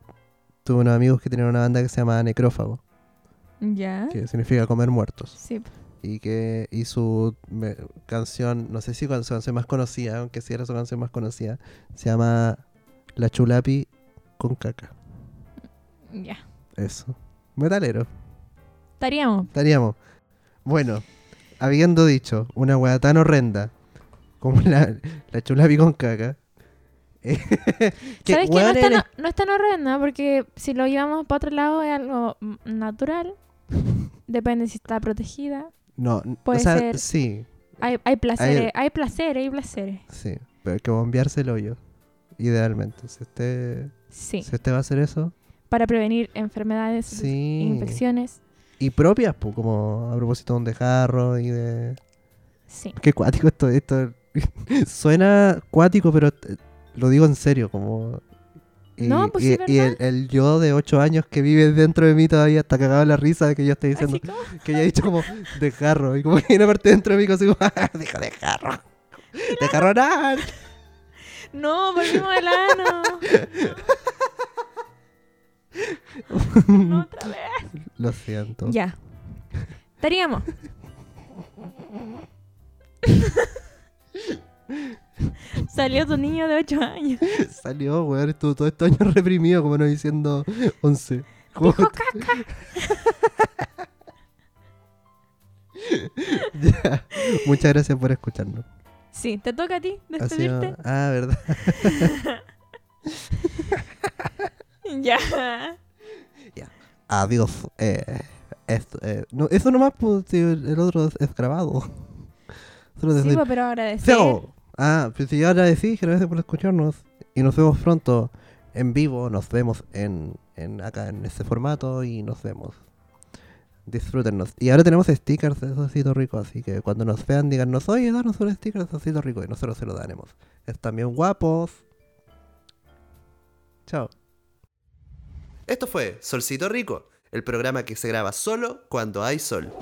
S1: tuve unos amigos que tenían una banda que se llamaba Necrófago,
S2: ¿Ya?
S1: que significa comer muertos.
S2: Sí.
S1: y que y su me- canción, no sé si con- su canción más conocida, aunque sí era su canción más conocida, se llama La Chulapi con caca.
S2: Ya.
S1: Eso. Metalero.
S2: Estaríamos.
S1: Estaríamos. Bueno, habiendo dicho una weá tan horrenda como la, la Chulapi con caca. eh, que
S2: ¿Sabes qué? No
S1: weón
S2: es, tan,
S1: en el-
S2: no es tan horrenda porque si lo llevamos para otro lado es algo mm, natural. Depende si está protegida.
S1: No, n- o
S2: puede
S1: sea,
S2: ser-
S1: sí,
S2: Hay, hay placeres, hay placeres, hay placeres.
S1: sí. Pero hay que bombearse el hoyo. Idealmente. Si usted,
S2: Sí.
S1: si usted va a hacer eso,
S2: Para prevenir enfermedades,
S1: sí.
S2: infecciones.
S1: y propias, pues, como a propósito de un dejarro y de...
S2: Sí.
S1: Qué cuático esto, esto suena cuático, pero eh, lo digo en serio, como... Y,
S2: No, pues
S1: y-
S2: sí,
S1: y el,
S2: ¿verdad?
S1: el yo de 8 años que vive dentro de mí todavía está cagado en la risa de que yo esté diciendo
S2: Así como,
S1: que ya he dicho como dejarro. Y como que hay una parte dentro de mí que así como, "Ah, dijo dejarro. Dejarro nada.
S2: no, volvimos al ano. No, otra vez.
S1: Lo siento.
S2: Ya. Estaríamos. Salió tu niño de 8 años.
S1: Salió, weón, estuvo todo estos años reprimido, como no diciendo 11. Como-
S2: Dijo caca.
S1: Ya. Muchas gracias por escucharnos.
S2: Sí, te toca a ti
S1: Ha sido-
S2: despedirte.
S1: Ah, verdad.
S2: Ya.
S1: Adiós. Eh, esto, eh, no, eso nomás, pues, si el el otro es, es grabado. Solo
S2: Sí,
S1: decir,
S2: po, pero agradecer.
S1: ¡Chao! Ah, pues si ya agradecí, gracias por escucharnos. Y nos vemos pronto en vivo. Nos vemos en, en acá en este formato y nos vemos. Disfrútennos. Y ahora tenemos stickers de Sosito Rico, así que cuando nos vean, díganos, oye, danos un sticker de Sosito Rico y nosotros se lo daremos. Están bien guapos. Chao.
S3: Esto fue Solcito Rico, el programa que se graba solo cuando hay sol.